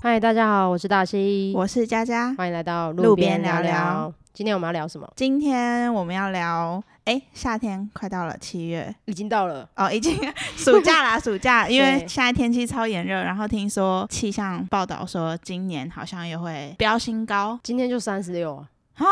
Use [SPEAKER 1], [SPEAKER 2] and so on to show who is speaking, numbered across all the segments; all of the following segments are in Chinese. [SPEAKER 1] 嗨，大家好，我是大西，
[SPEAKER 2] 我是佳佳。
[SPEAKER 1] 欢迎来到
[SPEAKER 2] 路边聊
[SPEAKER 1] 聊
[SPEAKER 2] 聊。
[SPEAKER 1] 今天我们要聊什么？
[SPEAKER 2] 今天我们要聊，哎、夏天快到了，七月
[SPEAKER 1] 已经到了，
[SPEAKER 2] 哦，已经 暑 假啦，暑假，因为
[SPEAKER 1] 对
[SPEAKER 2] 现在天气超炎热，然后听说气象报道说今年好像又会飙新高，
[SPEAKER 1] 今天就三十六啊！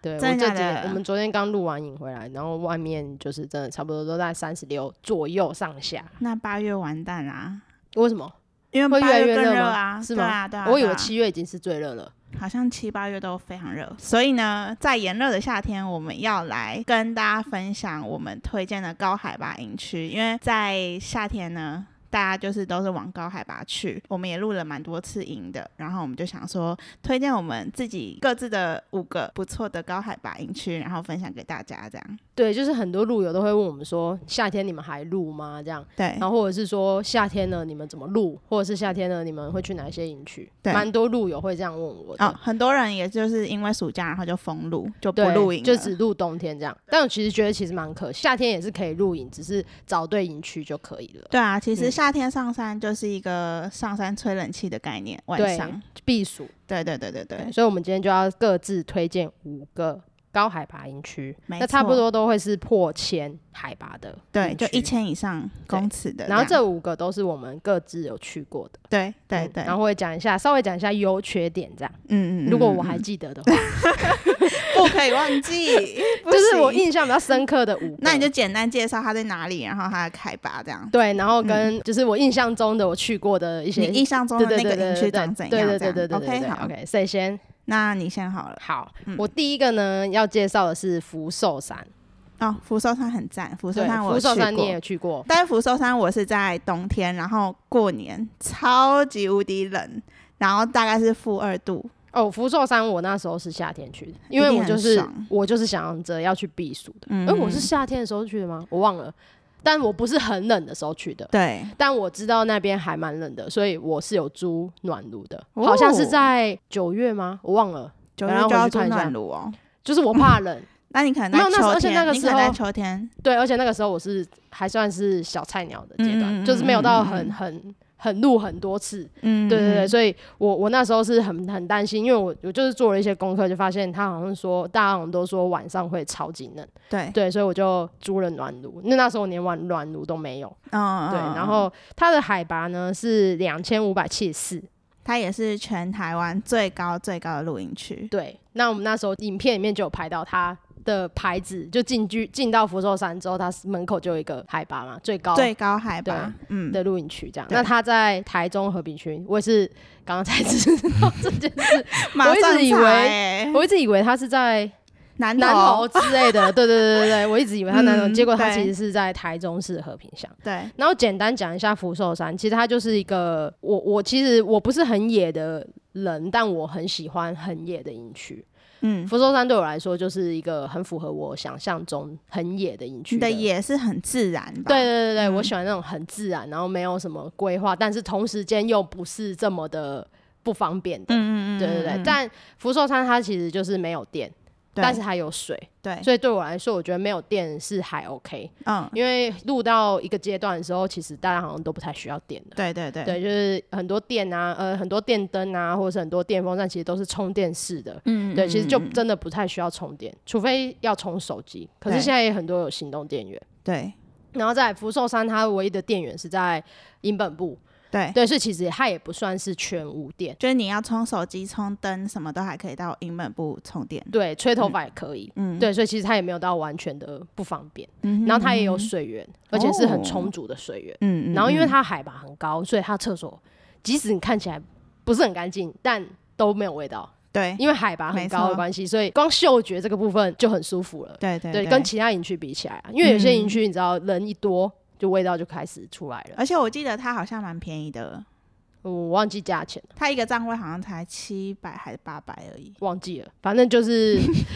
[SPEAKER 1] 对，我
[SPEAKER 2] 真的
[SPEAKER 1] 这
[SPEAKER 2] 假
[SPEAKER 1] 几天
[SPEAKER 2] 的
[SPEAKER 1] 我们昨天刚录完影回来，然后外面就是真的差不多都在三十六左右上下。
[SPEAKER 2] 那八月完蛋啦，
[SPEAKER 1] 为什么？
[SPEAKER 2] 因
[SPEAKER 1] 会越
[SPEAKER 2] 为八
[SPEAKER 1] 来越
[SPEAKER 2] 月更
[SPEAKER 1] 热
[SPEAKER 2] 热
[SPEAKER 1] 吗
[SPEAKER 2] 啊，
[SPEAKER 1] 是吗
[SPEAKER 2] 对啊，对啊，
[SPEAKER 1] 我以
[SPEAKER 2] 对
[SPEAKER 1] 为
[SPEAKER 2] 啊
[SPEAKER 1] 七月已经是最热了。
[SPEAKER 2] 好像七八月都非常热，所以呢，在炎热的夏天，我们要来跟大家分享我们推荐的高海拔营区，因为在夏天呢。大家就是都是往高海拔去，我们也录了蛮多次营的，然后我们就想说推荐我们自己各自的五个不错的高海拔营区，然后分享给大家这样。
[SPEAKER 1] 对，就是很多路友都会问我们说，夏天你们还录吗？这样，
[SPEAKER 2] 对
[SPEAKER 1] 然后或者是说夏天呢，你们怎么录？或者是夏天呢，你们会去哪些营区？
[SPEAKER 2] 对
[SPEAKER 1] 蛮多路友会这样问我的。
[SPEAKER 2] 哦，很多人也就是因为暑假然后就封路，就不
[SPEAKER 1] 对，
[SPEAKER 2] 露营了，
[SPEAKER 1] 就只录冬天这样。但我其实觉得其实蛮可惜，夏天也是可以露营，只是找对营区就可以了。
[SPEAKER 2] 对啊，其
[SPEAKER 1] 嗯
[SPEAKER 2] 实夏天上山就是一个上山吹冷气的概念，晚
[SPEAKER 1] 对
[SPEAKER 2] 上。
[SPEAKER 1] 避暑。
[SPEAKER 2] 对对对对对，
[SPEAKER 1] 所以我们今天就要各自推荐五个高海拔营区，
[SPEAKER 2] 没
[SPEAKER 1] 那差不
[SPEAKER 2] 错
[SPEAKER 1] 多都会是破千海拔的，
[SPEAKER 2] 对，就一。千以上公尺的样。
[SPEAKER 1] 然后这五个都是我们各自有去过的，
[SPEAKER 2] 对对
[SPEAKER 1] 嗯
[SPEAKER 2] 对，
[SPEAKER 1] 然后会讲一下，稍微讲一下优缺点这样。
[SPEAKER 2] 嗯嗯，
[SPEAKER 1] 如果
[SPEAKER 2] 嗯
[SPEAKER 1] 我还
[SPEAKER 2] 嗯
[SPEAKER 1] 记得的话，
[SPEAKER 2] 不可以忘记，不
[SPEAKER 1] 就是我
[SPEAKER 2] 行
[SPEAKER 1] 印象比较深刻的 五个。
[SPEAKER 2] 那你就简单介绍它在哪里，然后它的开拔这样。
[SPEAKER 1] 对，然后跟就是我印象中的我去过的一些
[SPEAKER 2] 嗯你印象中
[SPEAKER 1] 对
[SPEAKER 2] 的
[SPEAKER 1] 对
[SPEAKER 2] 那
[SPEAKER 1] 对
[SPEAKER 2] 个
[SPEAKER 1] 对
[SPEAKER 2] 营
[SPEAKER 1] 对对
[SPEAKER 2] 区长怎样？
[SPEAKER 1] 对对
[SPEAKER 2] 这
[SPEAKER 1] 对
[SPEAKER 2] 样
[SPEAKER 1] 对对
[SPEAKER 2] OK，好
[SPEAKER 1] OK，谁先？
[SPEAKER 2] 那你先好了。
[SPEAKER 1] 好，我第一个呢要介绍的是福寿山，
[SPEAKER 2] 哦，福寿山很赞，福寿
[SPEAKER 1] 对，
[SPEAKER 2] 山我
[SPEAKER 1] 福
[SPEAKER 2] 有
[SPEAKER 1] 寿
[SPEAKER 2] 去
[SPEAKER 1] 山你
[SPEAKER 2] 过
[SPEAKER 1] 也去过，
[SPEAKER 2] 但是福寿山我是在冬天，然后过年超级无敌冷，然后大概是负二度，
[SPEAKER 1] 哦，福寿山我那时候是夏天去的，因为
[SPEAKER 2] 一定
[SPEAKER 1] 我就
[SPEAKER 2] 很
[SPEAKER 1] 是
[SPEAKER 2] 爽
[SPEAKER 1] 我就是想着要去避暑的，
[SPEAKER 2] 嗯
[SPEAKER 1] 哎，我是夏天的时候去的吗？我忘了，但我不是很冷的时候去的。
[SPEAKER 2] 对，
[SPEAKER 1] 但我知道那边还蛮冷的，所以我是有租暖炉的，
[SPEAKER 2] 哦
[SPEAKER 1] 好像是在九月吗？我忘了，
[SPEAKER 2] 九
[SPEAKER 1] 然
[SPEAKER 2] 月
[SPEAKER 1] 后
[SPEAKER 2] 就
[SPEAKER 1] 回
[SPEAKER 2] 要
[SPEAKER 1] 去
[SPEAKER 2] 租
[SPEAKER 1] 看一下
[SPEAKER 2] 暖炉哦。
[SPEAKER 1] 就是我怕 冷，
[SPEAKER 2] 那你可能
[SPEAKER 1] 没有
[SPEAKER 2] 在
[SPEAKER 1] 那时候
[SPEAKER 2] 秋
[SPEAKER 1] 而且那个
[SPEAKER 2] 天，你可
[SPEAKER 1] 时
[SPEAKER 2] 能在
[SPEAKER 1] 候
[SPEAKER 2] 秋天，
[SPEAKER 1] 对，而且那个时候我是还算是小菜鸟的阶段，
[SPEAKER 2] 嗯嗯嗯
[SPEAKER 1] 就是没有到
[SPEAKER 2] 嗯嗯
[SPEAKER 1] 很
[SPEAKER 2] 嗯
[SPEAKER 1] 很很录很多次，
[SPEAKER 2] 嗯，
[SPEAKER 1] 对对对，
[SPEAKER 2] 嗯，
[SPEAKER 1] 所以我我那时候是很很担心，因为我我就是做了一些功课，就发现他好像说大家好像都说晚上会超级冷，
[SPEAKER 2] 嗯对，
[SPEAKER 1] 对，所以我就租了暖炉，那那时候我连暖暖炉都没有，
[SPEAKER 2] 嗯，
[SPEAKER 1] 对，
[SPEAKER 2] 嗯
[SPEAKER 1] 然
[SPEAKER 2] 嗯
[SPEAKER 1] 后它的海拔呢是两千五百七十四，
[SPEAKER 2] 它也是全台湾最高最高的露营区。
[SPEAKER 1] 对，那我们那时候影片里面就有拍到它的牌子，就进去进到福寿山之后，它门口就有一个海拔嘛，最高
[SPEAKER 2] 最高海拔，嗯，
[SPEAKER 1] 的露营区这样。
[SPEAKER 2] 对
[SPEAKER 1] 那他在台中和平区，我也是刚刚才 知道这件事，
[SPEAKER 2] 马
[SPEAKER 1] 我一直
[SPEAKER 2] 上
[SPEAKER 1] 以
[SPEAKER 2] 查
[SPEAKER 1] 为
[SPEAKER 2] 欸
[SPEAKER 1] 我一直以为他是在
[SPEAKER 2] 南
[SPEAKER 1] 南投
[SPEAKER 2] 投，
[SPEAKER 1] 之类的，对对对对对，我一直以为他南投，
[SPEAKER 2] 嗯
[SPEAKER 1] 结果他
[SPEAKER 2] 对
[SPEAKER 1] 其实是在台中市和平乡。
[SPEAKER 2] 对，
[SPEAKER 1] 然后简单讲一下福寿山，其实它就是一个我我其实我不是很野的人，但我很喜欢很野的营区。
[SPEAKER 2] 嗯，
[SPEAKER 1] 福寿山对我来说就是一个很符合我想象中很野的营区
[SPEAKER 2] 你的嗯也是很自然吧？
[SPEAKER 1] 对对对对，我喜欢那种很自然，然后没有什么规划，但是同时间又不是这么的不方便的。
[SPEAKER 2] 嗯，嗯嗯，
[SPEAKER 1] 对对对，
[SPEAKER 2] 嗯嗯
[SPEAKER 1] 但福寿山它其实就是没有电，
[SPEAKER 2] 对
[SPEAKER 1] 但是它有水，
[SPEAKER 2] 对，
[SPEAKER 1] 所以对我来说，我觉得没有电是还 OK，
[SPEAKER 2] 嗯，
[SPEAKER 1] 因为录到一个阶段的时候，其实大家好像都不太需要电的。
[SPEAKER 2] 对对对，
[SPEAKER 1] 对，就是很多电啊，呃，很多电灯啊，或者是很多电风扇，其实都是充电式的。
[SPEAKER 2] 嗯，
[SPEAKER 1] 对，其实就
[SPEAKER 2] 嗯嗯嗯
[SPEAKER 1] 真的不太需要充电，除非要充手机。可是
[SPEAKER 2] 对
[SPEAKER 1] 现在也很多有行动电源。
[SPEAKER 2] 对
[SPEAKER 1] 然后在福寿山，它唯一的电源是在营本部，
[SPEAKER 2] 对，
[SPEAKER 1] 对，所以其实它也不算是全无电，
[SPEAKER 2] 就是你要充手机、充灯什么都还可以到营本部充电。
[SPEAKER 1] 对，吹头发也可以，
[SPEAKER 2] 嗯，
[SPEAKER 1] 对，所以其实它也没有到完全的不方便。
[SPEAKER 2] 嗯哼，
[SPEAKER 1] 然后它也
[SPEAKER 2] 嗯哦
[SPEAKER 1] 有
[SPEAKER 2] 哼，
[SPEAKER 1] 水源，而且是很充足的水源。
[SPEAKER 2] 嗯，嗯
[SPEAKER 1] 然后因为
[SPEAKER 2] 嗯
[SPEAKER 1] 它海拔很高，所以它厕所即使你看起来不是很干净，但都没有味道，
[SPEAKER 2] 对
[SPEAKER 1] 因为海拔很
[SPEAKER 2] 哎没
[SPEAKER 1] 高的
[SPEAKER 2] 错
[SPEAKER 1] 关系，所以光嗅觉这个部分就很舒服了。
[SPEAKER 2] 对对嗯
[SPEAKER 1] 对，跟其他营区比起来啊，因为有些营区你知道人一多，就味道就开始出来了。
[SPEAKER 2] 而且我记得它好像蛮便宜的，
[SPEAKER 1] 我忘记价钱了。
[SPEAKER 2] 它一个账位好像才七百还是八百而已。
[SPEAKER 1] 忘记了，反正就是，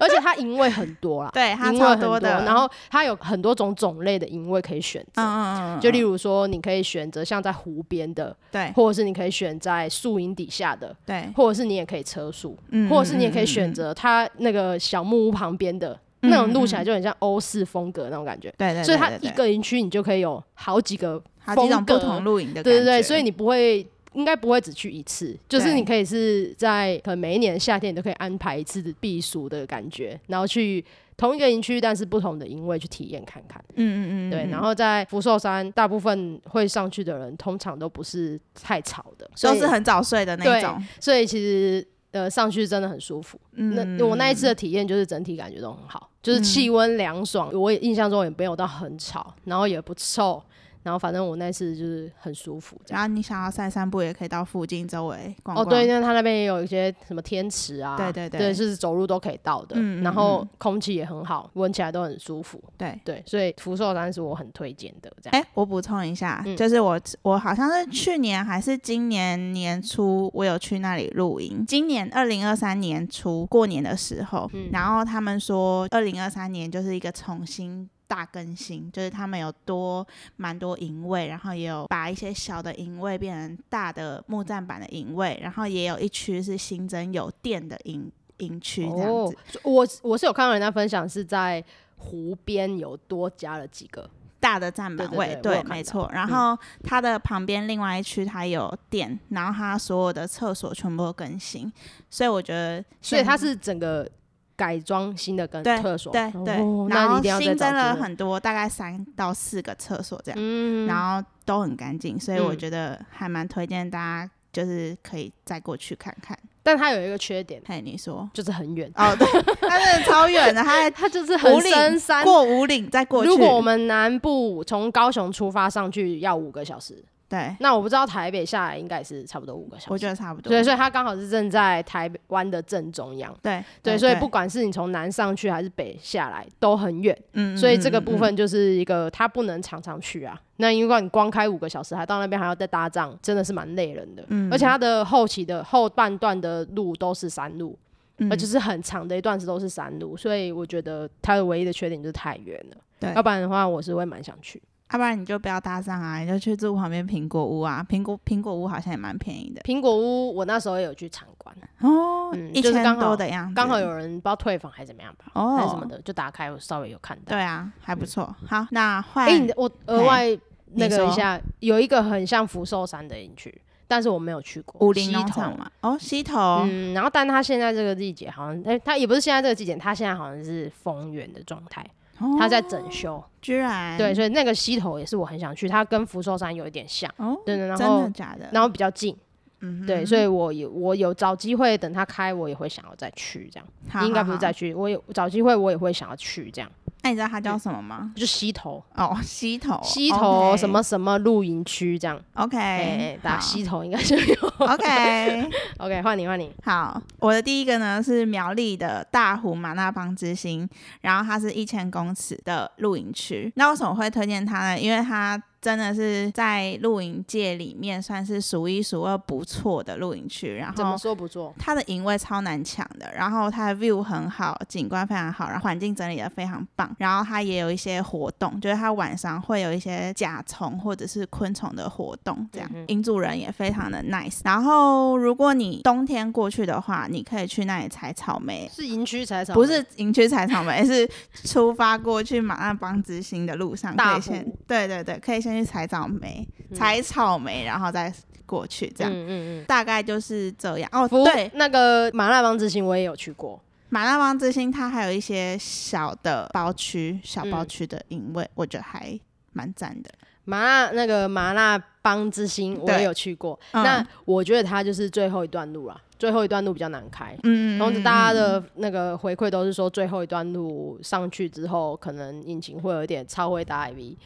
[SPEAKER 1] 而且它营位很多啦，
[SPEAKER 2] 对，它
[SPEAKER 1] 营位啊
[SPEAKER 2] 超
[SPEAKER 1] 很
[SPEAKER 2] 的。
[SPEAKER 1] 然后它有很多种种类的营位可以选择。
[SPEAKER 2] 嗯，嗯嗯嗯，
[SPEAKER 1] 就例
[SPEAKER 2] 如
[SPEAKER 1] 如说，你可以选择像在湖边的，
[SPEAKER 2] 对
[SPEAKER 1] 或者是你可以选在树荫底下的，
[SPEAKER 2] 对，
[SPEAKER 1] 或者是你也可以车速，
[SPEAKER 2] 嗯
[SPEAKER 1] 或者是你也可以
[SPEAKER 2] 嗯
[SPEAKER 1] 选
[SPEAKER 2] 嗯嗯
[SPEAKER 1] 择它那个小木屋旁边的
[SPEAKER 2] 嗯
[SPEAKER 1] 那种，录起
[SPEAKER 2] 嗯
[SPEAKER 1] 来就很像欧式风格那种感觉。
[SPEAKER 2] 对对，
[SPEAKER 1] 所以
[SPEAKER 2] 对
[SPEAKER 1] 它
[SPEAKER 2] 对
[SPEAKER 1] 一
[SPEAKER 2] 对
[SPEAKER 1] 个营区你就可以有好几个
[SPEAKER 2] 好几种
[SPEAKER 1] 风格
[SPEAKER 2] 不同露营的感
[SPEAKER 1] 对对对，
[SPEAKER 2] 觉
[SPEAKER 1] 所以你不会应该不会只去一次，就是
[SPEAKER 2] 对
[SPEAKER 1] 你可以是在可能每一年的夏天，你都可以安排一次的避暑的感觉，然后去同一个营区，但是不同的营位去体验看看。
[SPEAKER 2] 嗯嗯嗯，
[SPEAKER 1] 对，
[SPEAKER 2] 嗯
[SPEAKER 1] 然后在福寿山，大部分会上去的人，通常都不是太吵的，
[SPEAKER 2] 都
[SPEAKER 1] 所以
[SPEAKER 2] 是很早睡的那
[SPEAKER 1] 对
[SPEAKER 2] 种。
[SPEAKER 1] 所以其实呃上去真的很舒服。
[SPEAKER 2] 嗯，
[SPEAKER 1] 那我那一次的体验就是整体感觉都很好，就是气温凉爽，我也印象中也没有到很吵，然后也不臭，然后反正我那次就是很舒服这
[SPEAKER 2] 然
[SPEAKER 1] 样。
[SPEAKER 2] 后你想要散散步，也可以到附近周围逛
[SPEAKER 1] 哦，
[SPEAKER 2] 逛。
[SPEAKER 1] 对，因为它那边也有一些什么天池啊，
[SPEAKER 2] 对对
[SPEAKER 1] 对，
[SPEAKER 2] 对
[SPEAKER 1] 就是走路都可以到的，
[SPEAKER 2] 嗯嗯
[SPEAKER 1] 然后
[SPEAKER 2] 嗯
[SPEAKER 1] 空气也很好，闻起来都很舒服，
[SPEAKER 2] 对
[SPEAKER 1] 对，所以福寿山是我很推荐的，这样。
[SPEAKER 2] 哎、我补充一下，
[SPEAKER 1] 嗯
[SPEAKER 2] 就是我我好像是去年还是今年年初，我有去那里露营。今年二零二三年初过年的时候，
[SPEAKER 1] 嗯
[SPEAKER 2] 然后他们说二零二三年就是一个重新。大更新就是他们有多蛮多营位，然后也有把一些小的营位变成大的木栈板的营位，然后也有一区是新增有电的营营区这样子。
[SPEAKER 1] 哦，我我是有看到人家分享是在湖边有多加了几个，
[SPEAKER 2] 大的站板位，
[SPEAKER 1] 对对对我有看
[SPEAKER 2] 没
[SPEAKER 1] 到嗯
[SPEAKER 2] 错。然后它的旁边另外一区它有店，然后它所有的厕所全部都更新，所以我觉得
[SPEAKER 1] 所以
[SPEAKER 2] 现
[SPEAKER 1] 它是整个改装新的跟
[SPEAKER 2] 对
[SPEAKER 1] 厕所，
[SPEAKER 2] 对对，
[SPEAKER 1] 哦那
[SPEAKER 2] 然
[SPEAKER 1] 你一
[SPEAKER 2] 后
[SPEAKER 1] 定要再找
[SPEAKER 2] 新增了
[SPEAKER 1] 资料
[SPEAKER 2] 很多，大概三到四个厕所这样，
[SPEAKER 1] 嗯，
[SPEAKER 2] 然后都很干净，所以我
[SPEAKER 1] 嗯
[SPEAKER 2] 觉得还蛮推荐大家就是可以再过去看看。
[SPEAKER 1] 但它有一个缺点，
[SPEAKER 2] 嘿，你 说
[SPEAKER 1] 就是很远，
[SPEAKER 2] 哦，对，它真的超远 的，它
[SPEAKER 1] 它就是
[SPEAKER 2] 五
[SPEAKER 1] 很
[SPEAKER 2] 岭
[SPEAKER 1] 深山。
[SPEAKER 2] 过五岭再过去，
[SPEAKER 1] 如果我们南部从高雄出发上去要五个小时，
[SPEAKER 2] 对，
[SPEAKER 1] 那我不知道台北下来应该也是差不多五个小时。
[SPEAKER 2] 我觉得差不多。
[SPEAKER 1] 对，所以它刚好是正在台北湾的正中央。
[SPEAKER 2] 对
[SPEAKER 1] 对，所以不管是你从南上去还是北下来，都很远。
[SPEAKER 2] 嗯，嗯
[SPEAKER 1] 所以这个
[SPEAKER 2] 嗯
[SPEAKER 1] 部
[SPEAKER 2] 嗯
[SPEAKER 1] 分就是一个他不能常常去啊。那因为你光开五个小时，还到那边还要再搭帐，真的是蛮累人的。
[SPEAKER 2] 嗯
[SPEAKER 1] 而且它的后期的后半段的路都是山路，
[SPEAKER 2] 嗯
[SPEAKER 1] 而且是很长的一段是都是山路，所以我觉得它的唯一的缺点就是太远了。
[SPEAKER 2] 对
[SPEAKER 1] 要不然的话我是会蛮想去。
[SPEAKER 2] 要、啊不然你就不要搭上啊，你就去住旁边苹果屋啊，苹果苹果屋好像也蛮便宜的
[SPEAKER 1] 苹果屋我那时候也有去参观，
[SPEAKER 2] 哦，
[SPEAKER 1] 嗯
[SPEAKER 2] 一
[SPEAKER 1] 就是
[SPEAKER 2] 千
[SPEAKER 1] 刚好
[SPEAKER 2] 多的样子，
[SPEAKER 1] 刚好有人不知道退房还是怎么样吧，
[SPEAKER 2] 嗯哦
[SPEAKER 1] 还是什么的，就打开我稍微有看到。
[SPEAKER 2] 对啊，还不错。好，那换、
[SPEAKER 1] 哎、你我额
[SPEAKER 2] 嘿
[SPEAKER 1] 外那
[SPEAKER 2] 你
[SPEAKER 1] 个一
[SPEAKER 2] 说
[SPEAKER 1] 下，有一个很像福寿山的营区，但是我没有去过。
[SPEAKER 2] 武林
[SPEAKER 1] 溪
[SPEAKER 2] 农
[SPEAKER 1] 头
[SPEAKER 2] 场嘛，哦，溪头，
[SPEAKER 1] 嗯，然后但它现在这个季节好像，哎、它也不是现在这个季节，它现在好像是封园的状态，
[SPEAKER 2] 哦
[SPEAKER 1] 它在整修。
[SPEAKER 2] 居然
[SPEAKER 1] 对，所以那个溪头也是我很想去，它跟福寿山有一点像，
[SPEAKER 2] 哦，
[SPEAKER 1] 对对，然
[SPEAKER 2] 真
[SPEAKER 1] 后
[SPEAKER 2] 的假的？
[SPEAKER 1] 然后比较近，
[SPEAKER 2] 嗯
[SPEAKER 1] 对，所以我有我有找机会等它开，我也会想要再去这样，
[SPEAKER 2] 好好
[SPEAKER 1] 应该不是再
[SPEAKER 2] 好
[SPEAKER 1] 去，我有找机会我也会想要去这样，
[SPEAKER 2] 那你知道它叫什么吗？
[SPEAKER 1] 就溪头。
[SPEAKER 2] 哦，溪头，
[SPEAKER 1] 溪头
[SPEAKER 2] OK
[SPEAKER 1] 什么什么露营区这样，哎、
[SPEAKER 2] ？OK，
[SPEAKER 1] 打
[SPEAKER 2] 好
[SPEAKER 1] 溪头应该就有。
[SPEAKER 2] OK。
[SPEAKER 1] OK，换你换你，
[SPEAKER 2] 好，我的第一个呢是苗栗的大湖马那邦之星，然后它是一千公尺的露营区。那为什么会推荐它呢？因为它真的是在露营界里面算是数一数二不错的露营区，然
[SPEAKER 1] 怎么
[SPEAKER 2] 后。
[SPEAKER 1] 说不做？
[SPEAKER 2] 它的营位超难抢的，然后它的 view 很好，景观非常好，然后环境整理的非常棒，然后它也有一些活动，就是它晚上会有一些甲虫或者是昆虫的活动，这样
[SPEAKER 1] 嗯哼
[SPEAKER 2] 营主人也非常的 nice。然后如果你冬天过去的话，你可以去那里采草莓。
[SPEAKER 1] 是营区采草莓，
[SPEAKER 2] 不是营区采草莓，是出发过去马那邦之星的路上，
[SPEAKER 1] 大
[SPEAKER 2] 可以先
[SPEAKER 1] 湖
[SPEAKER 2] 对对对，可以先去采草莓，
[SPEAKER 1] 嗯
[SPEAKER 2] 采草莓，然后再过去，这样、
[SPEAKER 1] 嗯嗯嗯。
[SPEAKER 2] 大概就是这样。哦，
[SPEAKER 1] 服
[SPEAKER 2] 对，
[SPEAKER 1] 啊那个麻辣帮之星我也有去过，
[SPEAKER 2] 马拉邦之星它还有一些小的包区、小
[SPEAKER 1] 嗯
[SPEAKER 2] 包区的营位，我觉得还蛮赞的。
[SPEAKER 1] 麻辣那个麻辣帮之星我也有去过。
[SPEAKER 2] 嗯
[SPEAKER 1] 那我觉得它就是最后一段路啦，最后一段路比较难开。
[SPEAKER 2] 嗯，
[SPEAKER 1] 同时，大家的那个回馈都是说，最后一段路上去之后，可能引擎会有一点超会打 IV，、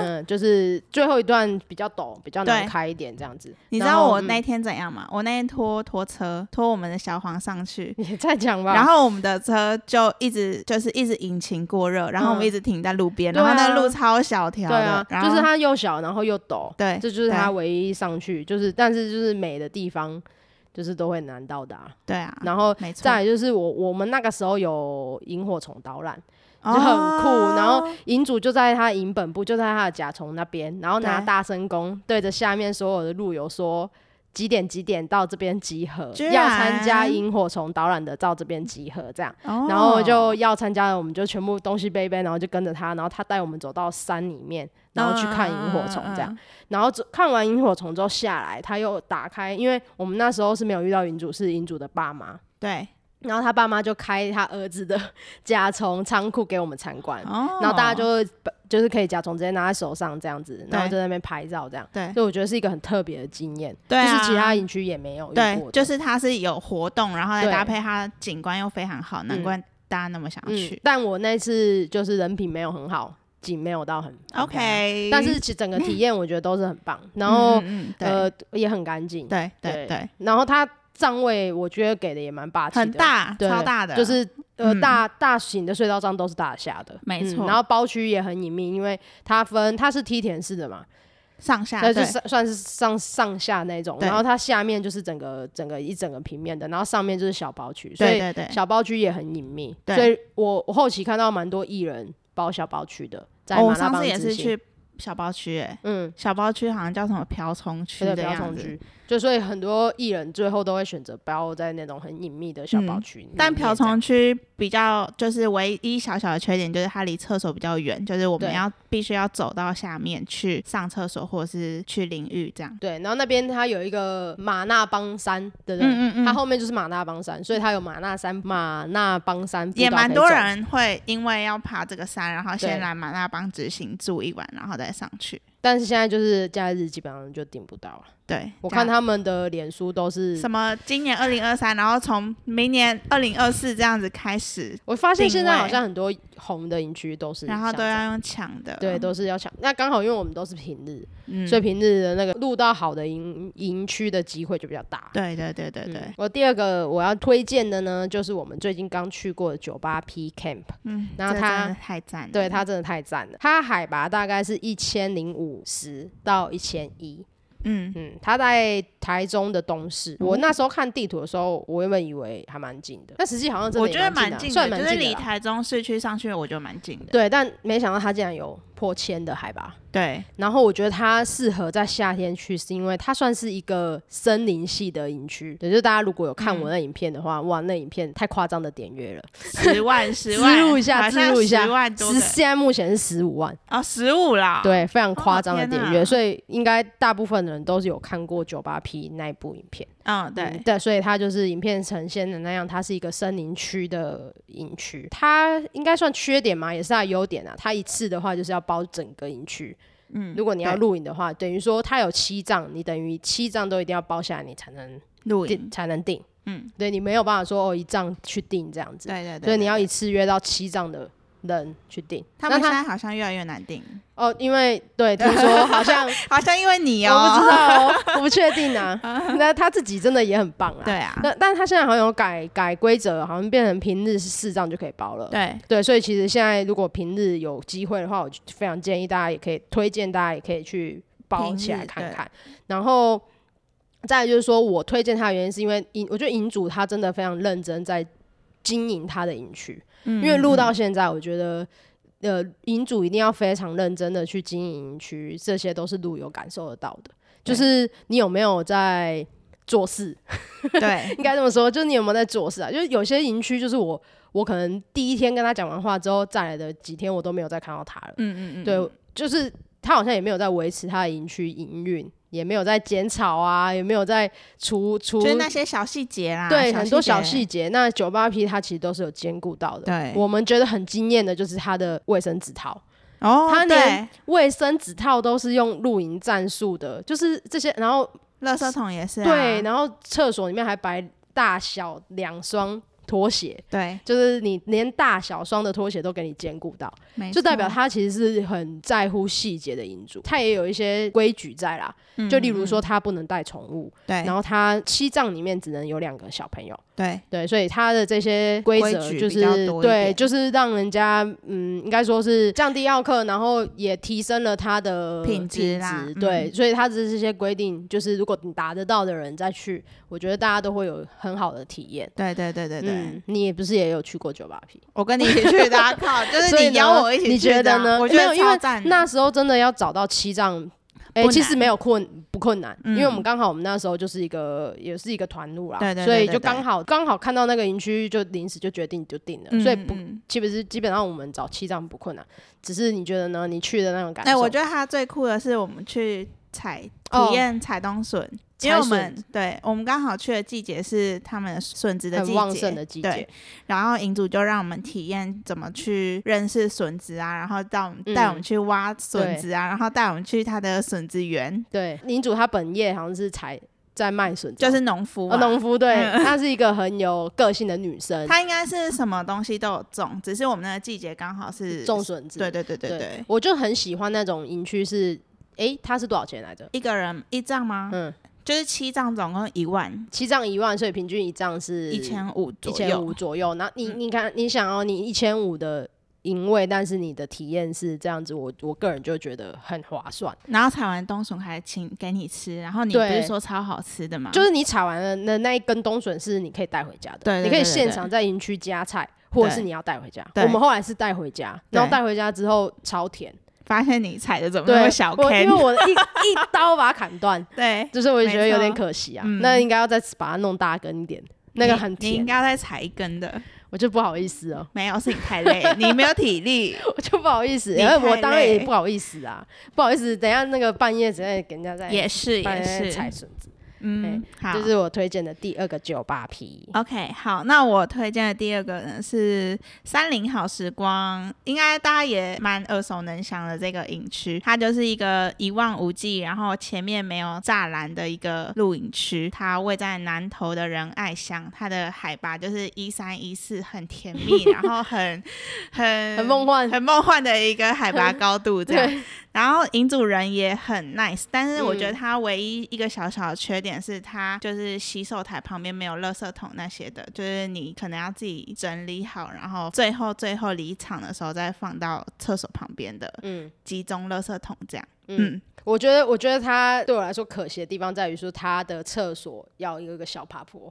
[SPEAKER 1] 嗯，就是最后一段比较陡，比较难
[SPEAKER 2] 啊对
[SPEAKER 1] 开一点这样子。
[SPEAKER 2] 你知
[SPEAKER 1] 然
[SPEAKER 2] 道
[SPEAKER 1] 后嗯
[SPEAKER 2] 我那天怎样吗？我那天拖拖车拖我们的小黄上去。
[SPEAKER 1] 嗯、你再讲吧，
[SPEAKER 2] 然后我们的车就一直就是一直引擎过热，然后我们一直停在路边，
[SPEAKER 1] 嗯对
[SPEAKER 2] 然
[SPEAKER 1] 啊
[SPEAKER 2] 后那路超小条
[SPEAKER 1] 对
[SPEAKER 2] 的，
[SPEAKER 1] 啊，
[SPEAKER 2] 然
[SPEAKER 1] 就
[SPEAKER 2] 后
[SPEAKER 1] 是它又小，然后又陡，
[SPEAKER 2] 对，
[SPEAKER 1] 这就是
[SPEAKER 2] 对
[SPEAKER 1] 它唯一上去，就是但是就是美的地方，就是都会难到达。
[SPEAKER 2] 对啊，
[SPEAKER 1] 然后
[SPEAKER 2] 没错，
[SPEAKER 1] 再来就是我我们那个时候有萤火虫导览，
[SPEAKER 2] 就
[SPEAKER 1] 就很酷。然后营主就在他营本部，就在他的甲虫那边，然后拿
[SPEAKER 2] 对
[SPEAKER 1] 大声公对着下面所有的路友说。几点几点到这边集合？
[SPEAKER 2] 居然
[SPEAKER 1] 要参加萤火虫导览的到这边集合，这样。然
[SPEAKER 2] 然嗯
[SPEAKER 1] 后就要参加的，我们就全部东西背一背，然后就跟着他，然后他带我们走到山里面，然后去看萤火虫这样。
[SPEAKER 2] 嗯嗯嗯
[SPEAKER 1] 然后只看完萤火虫之后下来，他又打开，因为我们那时候是没有遇到银主，是银主的爸妈。
[SPEAKER 2] 对，
[SPEAKER 1] 然后他爸妈就开他儿子的 甲虫仓库给我们参观，
[SPEAKER 2] 哦，
[SPEAKER 1] 然后大家就就是可以甲虫直接拿在手上这样子，然后
[SPEAKER 2] 对
[SPEAKER 1] 就在那边拍照这样。
[SPEAKER 2] 对
[SPEAKER 1] 所以我觉得是一个很特别的经验，
[SPEAKER 2] 对啊，
[SPEAKER 1] 就是其他营区也没有遇
[SPEAKER 2] 对
[SPEAKER 1] 过，的。嗯
[SPEAKER 2] 就是它是有活动，然后再
[SPEAKER 1] 对
[SPEAKER 2] 搭配它景观又非常好，难
[SPEAKER 1] 嗯
[SPEAKER 2] 怪大家那么想要
[SPEAKER 1] 嗯
[SPEAKER 2] 去。，
[SPEAKER 1] 但我那次就是人品没有很好，景没有到很很漂亮
[SPEAKER 2] OK，
[SPEAKER 1] 但是其整个体验我觉得都是很棒，然后、
[SPEAKER 2] 嗯嗯嗯
[SPEAKER 1] 呃也很干净，
[SPEAKER 2] 对对对对，
[SPEAKER 1] 然后它站位我觉得给的也蛮霸气的，
[SPEAKER 2] 很大，
[SPEAKER 1] 对
[SPEAKER 2] 超大的，
[SPEAKER 1] 就是呃、
[SPEAKER 2] 嗯
[SPEAKER 1] 大大型的隧道站都是打下的，
[SPEAKER 2] 没
[SPEAKER 1] 嗯
[SPEAKER 2] 错
[SPEAKER 1] 然后包区也很隐秘，因为它分它是梯田式的嘛，
[SPEAKER 2] 上下，
[SPEAKER 1] 它
[SPEAKER 2] 对
[SPEAKER 1] 是算算是上上下那种，
[SPEAKER 2] 对
[SPEAKER 1] 然后它下面就是整个整个一整个平面的，然后上面就是小包区，所
[SPEAKER 2] 对
[SPEAKER 1] 以
[SPEAKER 2] 对对，
[SPEAKER 1] 小包区也很隐秘。
[SPEAKER 2] 对
[SPEAKER 1] 所以我我后期看到蛮多艺人包小包区的，在
[SPEAKER 2] 哦
[SPEAKER 1] 马
[SPEAKER 2] 我
[SPEAKER 1] 拉
[SPEAKER 2] 上
[SPEAKER 1] 邦
[SPEAKER 2] 次也
[SPEAKER 1] 之
[SPEAKER 2] 是
[SPEAKER 1] 行，
[SPEAKER 2] 去小包区，哎，
[SPEAKER 1] 嗯，
[SPEAKER 2] 小包区好像叫什么瓢虫区
[SPEAKER 1] 对，
[SPEAKER 2] 的
[SPEAKER 1] 不要同
[SPEAKER 2] 样子
[SPEAKER 1] 居。，就所以很多艺人最后都会选择包在那种很隐秘的小包
[SPEAKER 2] 嗯
[SPEAKER 1] 区里面这样、
[SPEAKER 2] 但瓢虫区比较就是唯一小小的缺点，就是它离厕所比较远，就是我们
[SPEAKER 1] 对
[SPEAKER 2] 要必须要走到下面去上厕所，或者是去淋浴这样。
[SPEAKER 1] 对，然后那边它有一个马那邦山的人，
[SPEAKER 2] 嗯嗯
[SPEAKER 1] 它
[SPEAKER 2] 嗯，
[SPEAKER 1] 后面就是马那邦山，所以它有马那山、马那邦山步道
[SPEAKER 2] 也
[SPEAKER 1] 可以
[SPEAKER 2] 蛮多
[SPEAKER 1] 走。
[SPEAKER 2] 人会因为要爬这个山，然后先
[SPEAKER 1] 对
[SPEAKER 2] 来马那邦执行住一晚，然后再上去。
[SPEAKER 1] 但是现在就是假日基本上就订不到了。
[SPEAKER 2] 对，
[SPEAKER 1] 我
[SPEAKER 2] 这
[SPEAKER 1] 看
[SPEAKER 2] 样
[SPEAKER 1] 他们的脸书都是
[SPEAKER 2] 什，么今年二零二三，然后从明年二零二四这样子开始，
[SPEAKER 1] 我发现
[SPEAKER 2] 定
[SPEAKER 1] 现在好
[SPEAKER 2] 位
[SPEAKER 1] 像很多红的营区都是
[SPEAKER 2] 然后啊
[SPEAKER 1] 像
[SPEAKER 2] 都
[SPEAKER 1] 这样，
[SPEAKER 2] 要用抢的。哦
[SPEAKER 1] 对，都是要抢。那刚好因为我们都是平日，
[SPEAKER 2] 嗯，
[SPEAKER 1] 所以平日的那个录到好的营营区的机会就比较大。
[SPEAKER 2] 对对对对
[SPEAKER 1] 嗯
[SPEAKER 2] 对，
[SPEAKER 1] 我第二个我要推荐的呢，就是我们最近刚去过的酒吧 P Camp，
[SPEAKER 2] 嗯，
[SPEAKER 1] 然后
[SPEAKER 2] 这真
[SPEAKER 1] 它
[SPEAKER 2] 的太赞了，
[SPEAKER 1] 对它真的太赞了。它海拔大概是一千零五十到一千一，
[SPEAKER 2] 嗯，
[SPEAKER 1] 嗯，它在台中的东市。我那时候看地图的时候，我原本以为还蛮近的，但实际好像真
[SPEAKER 2] 我
[SPEAKER 1] 的
[SPEAKER 2] 觉
[SPEAKER 1] 也
[SPEAKER 2] 得
[SPEAKER 1] 蛮
[SPEAKER 2] 蛮
[SPEAKER 1] 近
[SPEAKER 2] 近
[SPEAKER 1] 的，算
[SPEAKER 2] 的，
[SPEAKER 1] 蛮
[SPEAKER 2] 就是
[SPEAKER 1] 近的啊
[SPEAKER 2] 离
[SPEAKER 1] 啦。
[SPEAKER 2] 台中市区上去，我觉得蛮近的。
[SPEAKER 1] 对，但没想到它竟然有破千的海拔。
[SPEAKER 2] 对
[SPEAKER 1] 然后我觉得它适合在夏天去，是因为它算是一个森林系的营区。对，就是大家如果有看我那
[SPEAKER 2] 嗯
[SPEAKER 1] 影片的话，哇，那影片太夸张的点阅了，
[SPEAKER 2] 十万，十
[SPEAKER 1] 植
[SPEAKER 2] 万，
[SPEAKER 1] 入一下
[SPEAKER 2] 好像
[SPEAKER 1] 植入一下
[SPEAKER 2] 十万多
[SPEAKER 1] 十
[SPEAKER 2] 个
[SPEAKER 1] 现在目前是十五万，
[SPEAKER 2] 哦，十五啦，，
[SPEAKER 1] 对，非常夸张
[SPEAKER 2] 哦
[SPEAKER 1] 的
[SPEAKER 2] 天
[SPEAKER 1] 点
[SPEAKER 2] 哪
[SPEAKER 1] 阅，所以应该大部分人都是有看过九八 P 那一部影片。
[SPEAKER 2] 嗯，
[SPEAKER 1] 嗯
[SPEAKER 2] 对，
[SPEAKER 1] 对，所以它就是影片呈现的那样，它是一个森林区的营区，它应该算缺点嘛，也是它的优点啊。它一次的话就是要包整个营区，
[SPEAKER 2] 嗯，
[SPEAKER 1] 如果你要
[SPEAKER 2] 对
[SPEAKER 1] 露营的话，等于说它有七帐，你等于七帐都一定要包下来，你才能
[SPEAKER 2] 露
[SPEAKER 1] 定
[SPEAKER 2] 营，
[SPEAKER 1] 才能定。
[SPEAKER 2] 嗯，
[SPEAKER 1] 对你没有办法说哦一帐去定这样子，
[SPEAKER 2] 对对对，
[SPEAKER 1] 所以你要
[SPEAKER 2] 对
[SPEAKER 1] 一次约到七帐的人去定。
[SPEAKER 2] 他
[SPEAKER 1] 那
[SPEAKER 2] 们现在好像越来越难定，
[SPEAKER 1] 哦，因为对听说好像。
[SPEAKER 2] 好像因为你
[SPEAKER 1] 我不
[SPEAKER 2] 哦，
[SPEAKER 1] 知道哦，我不确定啊。那他自己真的也很棒啊。
[SPEAKER 2] 对啊，
[SPEAKER 1] 那但他现在好像有改改规则，好像变成平日是四张就可以包了。
[SPEAKER 2] 对，
[SPEAKER 1] 所以其实现在如果平日有机会的话，我就非常建议大家也可以推荐大家也可以去包起来看看。然后再来就是说我推荐他的原因是因为营，我觉得营主他真的非常认真在经营他的营区，
[SPEAKER 2] 嗯
[SPEAKER 1] 因为录到现在，我觉得。呃，营主一定要非常认真的去经营营区，这些都是路友感受得到的。就
[SPEAKER 2] 对
[SPEAKER 1] 是你有没有在做事，
[SPEAKER 2] 对，
[SPEAKER 1] 应该这么说，就是你有没有在做事啊？就是有些营区，就是我我可能第一天跟他讲完话之后，再来的几天我都没有再看到他了。
[SPEAKER 2] 嗯嗯嗯，
[SPEAKER 1] 对，就是他好像也没有在维持他的营区营运，也没有在剪草啊，也没有在除除
[SPEAKER 2] 就是那些小细节啦，
[SPEAKER 1] 对很多小
[SPEAKER 2] 节
[SPEAKER 1] 细节。那九八 P 它其实都是有兼顾到的。
[SPEAKER 2] 对，
[SPEAKER 1] 我们觉得很惊艳的就是它的卫生纸套，
[SPEAKER 2] 哦，
[SPEAKER 1] 他
[SPEAKER 2] 对
[SPEAKER 1] 连，卫生纸套都是用露营战术的，就是这些，然后
[SPEAKER 2] 垃圾桶也是啊，
[SPEAKER 1] 对，然后厕所里面还摆大小两双拖鞋，
[SPEAKER 2] 对，
[SPEAKER 1] 就是你连大小双的拖鞋都给你兼顾到，
[SPEAKER 2] 没
[SPEAKER 1] 就代表
[SPEAKER 2] 错，
[SPEAKER 1] 他其实是很在乎细节的银主，他也有一些规矩在啦，就例如说他不能带宠物，
[SPEAKER 2] 嗯对
[SPEAKER 1] 然后他七帐里面只能有两个小朋友，
[SPEAKER 2] 对，
[SPEAKER 1] 对，所以他的这些规
[SPEAKER 2] 规
[SPEAKER 1] 则
[SPEAKER 2] 矩
[SPEAKER 1] 就
[SPEAKER 2] 比较
[SPEAKER 1] 是
[SPEAKER 2] 多一
[SPEAKER 1] 对，
[SPEAKER 2] 点
[SPEAKER 1] 就是让人家嗯，应该说是降低奥克，然后也提升了他的
[SPEAKER 2] 品质啦
[SPEAKER 1] 质
[SPEAKER 2] 嗯
[SPEAKER 1] 对，所以他的这些规定，就是如果你达得到的人再去，我觉得大家都会有很好的体验。
[SPEAKER 2] 对对对对对，
[SPEAKER 1] 嗯，你也不是也有去过酒吧 P，
[SPEAKER 2] 我跟你一起去的 啊，靠，就
[SPEAKER 1] 所
[SPEAKER 2] 是
[SPEAKER 1] 以
[SPEAKER 2] 你
[SPEAKER 1] 呢
[SPEAKER 2] 邀我一起
[SPEAKER 1] 你
[SPEAKER 2] 去
[SPEAKER 1] 觉
[SPEAKER 2] 的啊，
[SPEAKER 1] 得呢？
[SPEAKER 2] 我觉
[SPEAKER 1] 没有，
[SPEAKER 2] 得
[SPEAKER 1] 因为
[SPEAKER 2] 超赞的，
[SPEAKER 1] 那时候真的要找到七丈哎、
[SPEAKER 2] 不
[SPEAKER 1] 其实
[SPEAKER 2] 难
[SPEAKER 1] 没有困不困难，
[SPEAKER 2] 嗯
[SPEAKER 1] 因为我们刚好我们那时候就是一个也是一个团路啦，
[SPEAKER 2] 对对对
[SPEAKER 1] 所以
[SPEAKER 2] 对
[SPEAKER 1] 就
[SPEAKER 2] 对
[SPEAKER 1] 刚好刚好看到那个营区就临时就决定就定了，所以不
[SPEAKER 2] 嗯
[SPEAKER 1] 基本是基本上我们找七站不困难，啊只是你觉得呢？你去的那种感受，
[SPEAKER 2] 哎，我觉得它最酷的是我们去采
[SPEAKER 1] 哦
[SPEAKER 2] 体验采冬笋，因为
[SPEAKER 1] 采
[SPEAKER 2] 我们
[SPEAKER 1] 笋
[SPEAKER 2] 对我们刚好去的季节是他们笋子的
[SPEAKER 1] 很
[SPEAKER 2] 季节，
[SPEAKER 1] 旺盛的季节
[SPEAKER 2] 对，然后营主就让我们体验怎么去认识笋子啊，然后带我们
[SPEAKER 1] 嗯
[SPEAKER 2] 带我们去挖笋子啊，然后带我们去他的笋子园，
[SPEAKER 1] 对，领主他本业好像是采在卖笋
[SPEAKER 2] 就
[SPEAKER 1] 枣，
[SPEAKER 2] 是农夫嘛
[SPEAKER 1] 呃。农夫， 对，
[SPEAKER 2] 嗯
[SPEAKER 1] 她是一个很有个性的女生，
[SPEAKER 2] 他应该是什么东西都有种，只是我们那个季节刚好是
[SPEAKER 1] 种。笋子，
[SPEAKER 2] 对对对对
[SPEAKER 1] 对
[SPEAKER 2] 对，
[SPEAKER 1] 我就很喜欢那种营区是，诶，它是多少钱来着？
[SPEAKER 2] 一个人一丈吗？
[SPEAKER 1] 嗯，
[SPEAKER 2] 就是七丈，总共一万
[SPEAKER 1] 七张一万，所以平均一张是
[SPEAKER 2] 一千五
[SPEAKER 1] 一
[SPEAKER 2] 左
[SPEAKER 1] 千
[SPEAKER 2] 右嗯
[SPEAKER 1] 五。左右。然后你你看，你想哦，你一千五的营位，但是你的体验是这样子，我我个人就觉得很划算。
[SPEAKER 2] 然后采完冬笋还请给你吃，然后你不
[SPEAKER 1] 对
[SPEAKER 2] 是说超好吃的吗？
[SPEAKER 1] 就是你采完了那那一根冬笋是你可以带回家的，
[SPEAKER 2] 对对对
[SPEAKER 1] 你可以
[SPEAKER 2] 对对
[SPEAKER 1] 现场在营区加菜，或者是你要带回家。
[SPEAKER 2] 对
[SPEAKER 1] 我们后来是带回家，
[SPEAKER 2] 对
[SPEAKER 1] 然后带回家之后超甜，
[SPEAKER 2] 发现你采的怎么那
[SPEAKER 1] 对，
[SPEAKER 2] 么小
[SPEAKER 1] 我因为
[SPEAKER 2] can？
[SPEAKER 1] 我 一一刀把它砍断，
[SPEAKER 2] 对，
[SPEAKER 1] 就是我就觉得有
[SPEAKER 2] 没
[SPEAKER 1] 点
[SPEAKER 2] 错
[SPEAKER 1] 可惜啊，
[SPEAKER 2] 嗯
[SPEAKER 1] 那应该要再把它弄大根一点，那个
[SPEAKER 2] 你
[SPEAKER 1] 很
[SPEAKER 2] 你应
[SPEAKER 1] 甜，
[SPEAKER 2] 该再采一根的。
[SPEAKER 1] 我就不好意思哦，
[SPEAKER 2] 没有，是你 太累，你没有体力。
[SPEAKER 1] 我就不好意思，
[SPEAKER 2] 你
[SPEAKER 1] 因为
[SPEAKER 2] 太
[SPEAKER 1] 我当然也
[SPEAKER 2] 累
[SPEAKER 1] 不好意思啊，不好意思，等一下那个半夜直接给人家在
[SPEAKER 2] 也是
[SPEAKER 1] 半
[SPEAKER 2] 也
[SPEAKER 1] 夜在采
[SPEAKER 2] 是，
[SPEAKER 1] 笋子，
[SPEAKER 2] 嗯，好，
[SPEAKER 1] 这是我推荐的第二个酒吧皮。
[SPEAKER 2] OK，好，那我推荐的第二个呢是三菱好时光，应该大家也蛮耳熟能详的这个营区，它就是一个一望无际，然后前面没有栅栏的一个露营区，它位在南投的仁爱乡，它的海拔就是一三一四，很甜蜜，然后很很
[SPEAKER 1] 很梦幻
[SPEAKER 2] 很梦幻的一个海拔高度这样。
[SPEAKER 1] 嗯对，
[SPEAKER 2] 然后银主人也很 nice，但是我觉得
[SPEAKER 1] 嗯
[SPEAKER 2] 他唯一一个小小的缺点是，他就是洗手台旁边没有垃圾桶那些的，就是你可能要自己整理好，然后最后最后离场的时候再放到厕所旁边的
[SPEAKER 1] 嗯
[SPEAKER 2] 集中垃圾桶 这样。
[SPEAKER 1] 嗯
[SPEAKER 2] 嗯，
[SPEAKER 1] 我觉得，我觉得它对我来说可惜的地方在于说，它的厕所要有一个小爬坡。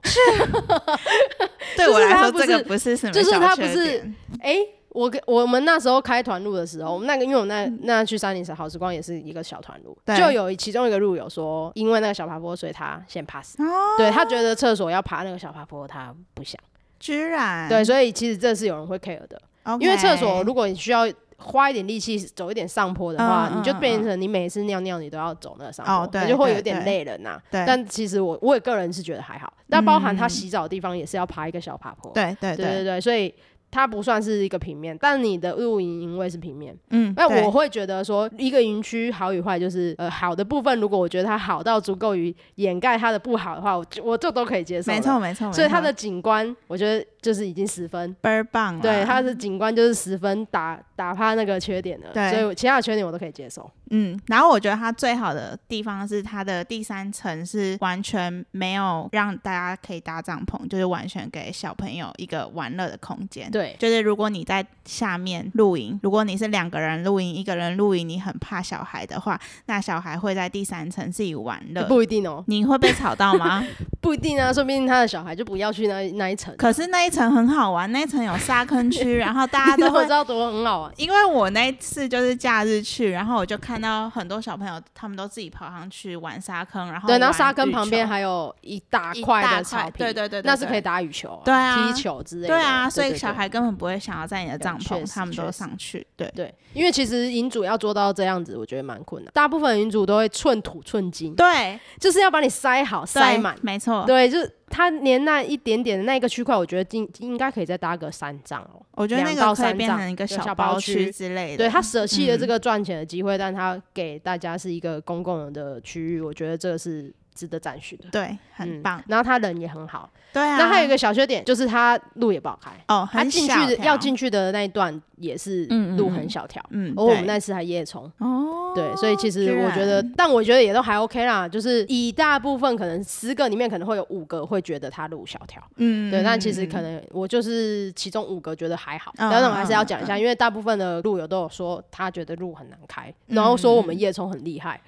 [SPEAKER 2] 对
[SPEAKER 1] 就
[SPEAKER 2] 我
[SPEAKER 1] 是
[SPEAKER 2] 来
[SPEAKER 1] 它
[SPEAKER 2] 说，
[SPEAKER 1] 不
[SPEAKER 2] 这个
[SPEAKER 1] 是
[SPEAKER 2] 不是什么
[SPEAKER 1] 就是
[SPEAKER 2] 小
[SPEAKER 1] 它不
[SPEAKER 2] 缺
[SPEAKER 1] 是
[SPEAKER 2] 点
[SPEAKER 1] 哎、我跟我们那时候开团路的时候，我们那个因为我们那那去三零三好时光也是一个小团路，
[SPEAKER 2] 嗯对
[SPEAKER 1] 就有其中一个路友说，因为那个小爬坡，所以他先 pass。对
[SPEAKER 2] 哦
[SPEAKER 1] 他觉得厕所要爬那个小爬坡，他不想。
[SPEAKER 2] 居然
[SPEAKER 1] 对，所以其实这是有人会 care 的，
[SPEAKER 2] 哎 OK，
[SPEAKER 1] 因为厕所如果你需要。花一点力气走一点上坡的话，
[SPEAKER 2] 嗯嗯
[SPEAKER 1] 你就变成你每一次尿尿你都要走那个上坡，
[SPEAKER 2] 哦对
[SPEAKER 1] 你就会有
[SPEAKER 2] 对
[SPEAKER 1] 点
[SPEAKER 2] 对
[SPEAKER 1] 累人呐、
[SPEAKER 2] 对嗯
[SPEAKER 1] 但其实我我也个人是觉得还好，但包含他洗澡的地方也是要爬一个小爬坡，
[SPEAKER 2] 对对
[SPEAKER 1] 对对
[SPEAKER 2] 对，
[SPEAKER 1] 对，所以它不算是一个平面，但你的露营营位是平面。
[SPEAKER 2] 嗯，
[SPEAKER 1] 那
[SPEAKER 2] 对
[SPEAKER 1] 我会觉得说，一个营区好与坏，就是呃好的部分，如果我觉得它好到足够于掩盖它的不好的话，我就我这都可以接受。
[SPEAKER 2] 没错，没错，没
[SPEAKER 1] 所以它
[SPEAKER 2] 错嗯
[SPEAKER 1] 的景观，我觉得就是已经十分。
[SPEAKER 2] 倍儿棒啊了，
[SPEAKER 1] 对，它的景观就是十分打打趴那个缺点了，
[SPEAKER 2] 对
[SPEAKER 1] 所以我其他的缺点我都可以接受。
[SPEAKER 2] 嗯，然后我觉得它最好的地方是它的第三层是完全没有让大家可以搭帐篷，就是完全给小朋友一个玩乐的空间。，
[SPEAKER 1] 对，
[SPEAKER 2] 就是如果你在下面露营，如果你是两个人露营，一个人露营，你很怕小孩的话，那小孩会在第三层自己玩乐。
[SPEAKER 1] 不一定哦，
[SPEAKER 2] 你会被吵到 吗？
[SPEAKER 1] 不一定啊，说不定他的小孩就不要去那那一层。
[SPEAKER 2] 可是那一层很好玩，那一层有沙 坑区，然后大家
[SPEAKER 1] 你
[SPEAKER 2] 都
[SPEAKER 1] 怎么
[SPEAKER 2] 会
[SPEAKER 1] 知道多很好啊？
[SPEAKER 2] 因为我那一次就是假日去，然后我就看到很多小朋友，他们都自己跑上去玩沙坑，然 后
[SPEAKER 1] 对，然后
[SPEAKER 2] 玩
[SPEAKER 1] 沙坑
[SPEAKER 2] 羽球
[SPEAKER 1] 旁边还有一大
[SPEAKER 2] 一
[SPEAKER 1] 块
[SPEAKER 2] 大
[SPEAKER 1] 的草
[SPEAKER 2] 块
[SPEAKER 1] 坪，
[SPEAKER 2] 对对对对
[SPEAKER 1] 那是可以
[SPEAKER 2] 对
[SPEAKER 1] 打羽球、
[SPEAKER 2] 对啊
[SPEAKER 1] 踢球之类的。
[SPEAKER 2] 对啊，所以
[SPEAKER 1] 对
[SPEAKER 2] 小孩根本不会想要在你的
[SPEAKER 1] 对
[SPEAKER 2] 帐
[SPEAKER 1] 确
[SPEAKER 2] 篷，
[SPEAKER 1] 实
[SPEAKER 2] 他们
[SPEAKER 1] 确
[SPEAKER 2] 都
[SPEAKER 1] 实
[SPEAKER 2] 上去。对，
[SPEAKER 1] 对对，因为其实银主要做到这样子，我觉得蛮困难。大部分银主都会寸土寸金，
[SPEAKER 2] 对，
[SPEAKER 1] 就是要把你塞好、塞
[SPEAKER 2] 对
[SPEAKER 1] 满。
[SPEAKER 2] 没错。
[SPEAKER 1] 对，就是他连那一点点的那一个区块，我觉得应应该可以再搭个三张哦。
[SPEAKER 2] 我觉得那
[SPEAKER 1] 两到
[SPEAKER 2] 个可以
[SPEAKER 1] 三
[SPEAKER 2] 变
[SPEAKER 1] 丈
[SPEAKER 2] 成一个
[SPEAKER 1] 有小
[SPEAKER 2] 小
[SPEAKER 1] 包
[SPEAKER 2] 包
[SPEAKER 1] 区
[SPEAKER 2] 区之类的。
[SPEAKER 1] 对他舍弃了这个赚钱的机会，但他给大家是一个公共的区域，我觉得这个是值得赞许的，
[SPEAKER 2] 对，
[SPEAKER 1] 嗯
[SPEAKER 2] 很棒。
[SPEAKER 1] 然后他人也很好，
[SPEAKER 2] 对啊，
[SPEAKER 1] 那还有一个小缺点就是他路也不好开，
[SPEAKER 2] 哦，
[SPEAKER 1] 他
[SPEAKER 2] 很
[SPEAKER 1] 进
[SPEAKER 2] 小
[SPEAKER 1] 去的要
[SPEAKER 2] 条，
[SPEAKER 1] 进去的那一段也是
[SPEAKER 2] 嗯嗯
[SPEAKER 1] 路
[SPEAKER 2] 嗯
[SPEAKER 1] 很小条，哦
[SPEAKER 2] 嗯，
[SPEAKER 1] 而我们
[SPEAKER 2] 对
[SPEAKER 1] 那次还夜冲。
[SPEAKER 2] 哦，
[SPEAKER 1] 对，所以其实
[SPEAKER 2] 居
[SPEAKER 1] 我觉得
[SPEAKER 2] 然，
[SPEAKER 1] 但我觉得也都还 OK 啦。就是以大部分可能十个里面可能会有五个会觉得他路小条，
[SPEAKER 2] 嗯，
[SPEAKER 1] 对。但其
[SPEAKER 2] 嗯
[SPEAKER 1] 实可能我就是其中五个觉得还好，
[SPEAKER 2] 嗯
[SPEAKER 1] 但是我还是要
[SPEAKER 2] 嗯
[SPEAKER 1] 讲一下，因为大部分的路友都有说他觉得路很难开，
[SPEAKER 2] 嗯
[SPEAKER 1] 然后说我们夜冲很厉害，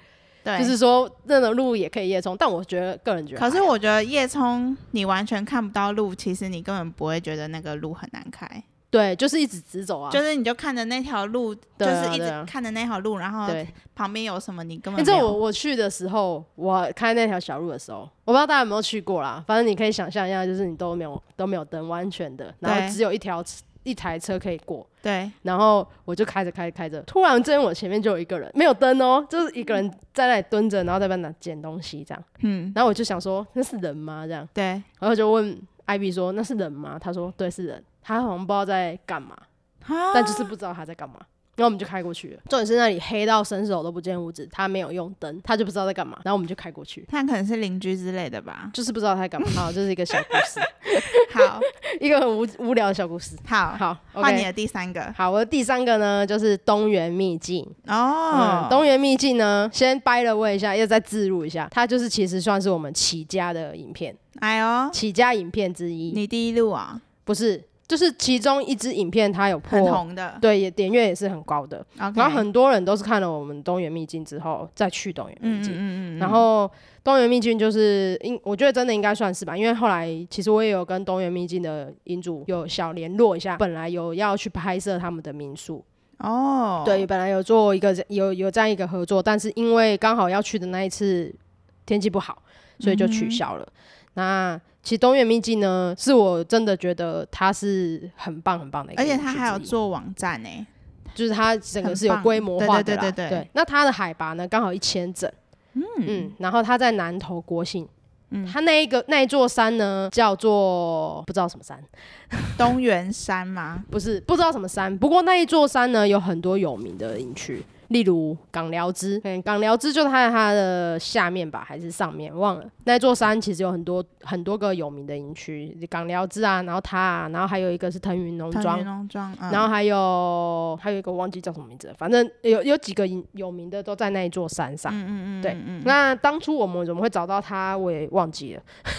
[SPEAKER 2] 对，
[SPEAKER 1] 就是说那种路也可以夜冲，但我觉得个人觉得还
[SPEAKER 2] 嗯可
[SPEAKER 1] 好，
[SPEAKER 2] 是我觉得夜冲你完全看不到路，其实你根本不会觉得那个路很难开。
[SPEAKER 1] 对，就是一直直走啊，
[SPEAKER 2] 就是你就看着那条路，就
[SPEAKER 1] 对啊
[SPEAKER 2] 是一
[SPEAKER 1] 对
[SPEAKER 2] 直
[SPEAKER 1] 啊
[SPEAKER 2] 看着那条路，然后
[SPEAKER 1] 对。
[SPEAKER 2] 旁边有什么你根
[SPEAKER 1] 欸
[SPEAKER 2] 本没
[SPEAKER 1] 这
[SPEAKER 2] 有。
[SPEAKER 1] 我我去的时候，我开那条小路的时候，我不知道大家有没有去过啦。反正你可以想象一下，就是你都没有都没有灯，完全的，然
[SPEAKER 2] 对
[SPEAKER 1] 后只有一条一台车可以过。
[SPEAKER 2] 对，
[SPEAKER 1] 然后我就开着开着开着，突然之间我前面就有一个人，没有灯哦、就是一个人在那里蹲着，然后在那边拿捡东西这样。
[SPEAKER 2] 嗯，
[SPEAKER 1] 然后我就想说那是人吗？这样，
[SPEAKER 2] 对，
[SPEAKER 1] 然后就问艾比说那是人吗？他说对是人，他好像不知道在干嘛，
[SPEAKER 2] 但
[SPEAKER 1] 但就是不知道他在干嘛。然后我们就开过去了，重点是那里黑到伸手都不见五指，他没有用灯，他就不知道在干嘛。然后我们就开过去，。
[SPEAKER 2] 他可能是邻居之类的吧
[SPEAKER 1] 就是不知道他在干嘛。好，这是一个小故 事，
[SPEAKER 2] 好
[SPEAKER 1] 一个很无无聊的小故事。
[SPEAKER 2] 好，
[SPEAKER 1] 好
[SPEAKER 2] 换你
[SPEAKER 1] ，OK。
[SPEAKER 2] 的第三个
[SPEAKER 1] 好，我的第三个呢，就是东原秘境。
[SPEAKER 2] 哦
[SPEAKER 1] 嗯，，东原秘境呢，先掰了问一下，又再自入一下，它就是其实算是我们起家的影片，
[SPEAKER 2] 哎呦，
[SPEAKER 1] 起家影片之一。
[SPEAKER 2] 你第一路啊，
[SPEAKER 1] 不是，就是其中一支影片它有
[SPEAKER 2] 很
[SPEAKER 1] 破，
[SPEAKER 2] 红的，
[SPEAKER 1] 对，也点阅也是很高的。
[SPEAKER 2] 然
[SPEAKER 1] 然后很多人都是看了我们东原秘境之后再去东原
[SPEAKER 2] 嗯
[SPEAKER 1] 秘
[SPEAKER 2] 嗯
[SPEAKER 1] 境。
[SPEAKER 2] 嗯嗯，
[SPEAKER 1] 然后东原秘境就是应，我觉得真的应该算是吧，因为后来其实我也有跟东原秘境的营主有小联络一下，本来有要去拍摄他们的民宿，
[SPEAKER 2] 哦，
[SPEAKER 1] 对，，本来有做一个有有这样一个合作，但是因为刚好要去的那一次天气不好，所以就
[SPEAKER 2] 嗯
[SPEAKER 1] 取消了。那其实东岳秘境呢，是我真的觉得它是很棒很棒的一个
[SPEAKER 2] 而
[SPEAKER 1] 园
[SPEAKER 2] 且
[SPEAKER 1] 区之一，
[SPEAKER 2] 他还有做网站呢，
[SPEAKER 1] 就是它整个
[SPEAKER 2] 很
[SPEAKER 1] 是有
[SPEAKER 2] 棒
[SPEAKER 1] 规模
[SPEAKER 2] 对
[SPEAKER 1] 化
[SPEAKER 2] 对
[SPEAKER 1] 的啦，
[SPEAKER 2] 对对对
[SPEAKER 1] 那它的海拔呢刚好一千整，嗯然后它在南投国姓。
[SPEAKER 2] 嗯
[SPEAKER 1] 它那一个那一座山呢，叫做不知道什么山，
[SPEAKER 2] 东原山吗？
[SPEAKER 1] 不是不知道什么山，不过那一座山呢有很多有名的营区，例如港寮支，嗯，港寮支就它在它的下面吧，还是上面忘了。那座山其实有很多很多个有名的营区，港寮支啊，然后它啊，然后还有一个是腾云农
[SPEAKER 2] 藤
[SPEAKER 1] 庄
[SPEAKER 2] 原。农庄，嗯
[SPEAKER 1] 然后还有还有一个忘记叫什么名字了，反正有有几个营有名的都在那一座山上。
[SPEAKER 2] 嗯嗯嗯，
[SPEAKER 1] 对
[SPEAKER 2] 嗯，嗯
[SPEAKER 1] 那当初我们怎么会找到他，我也忘记了。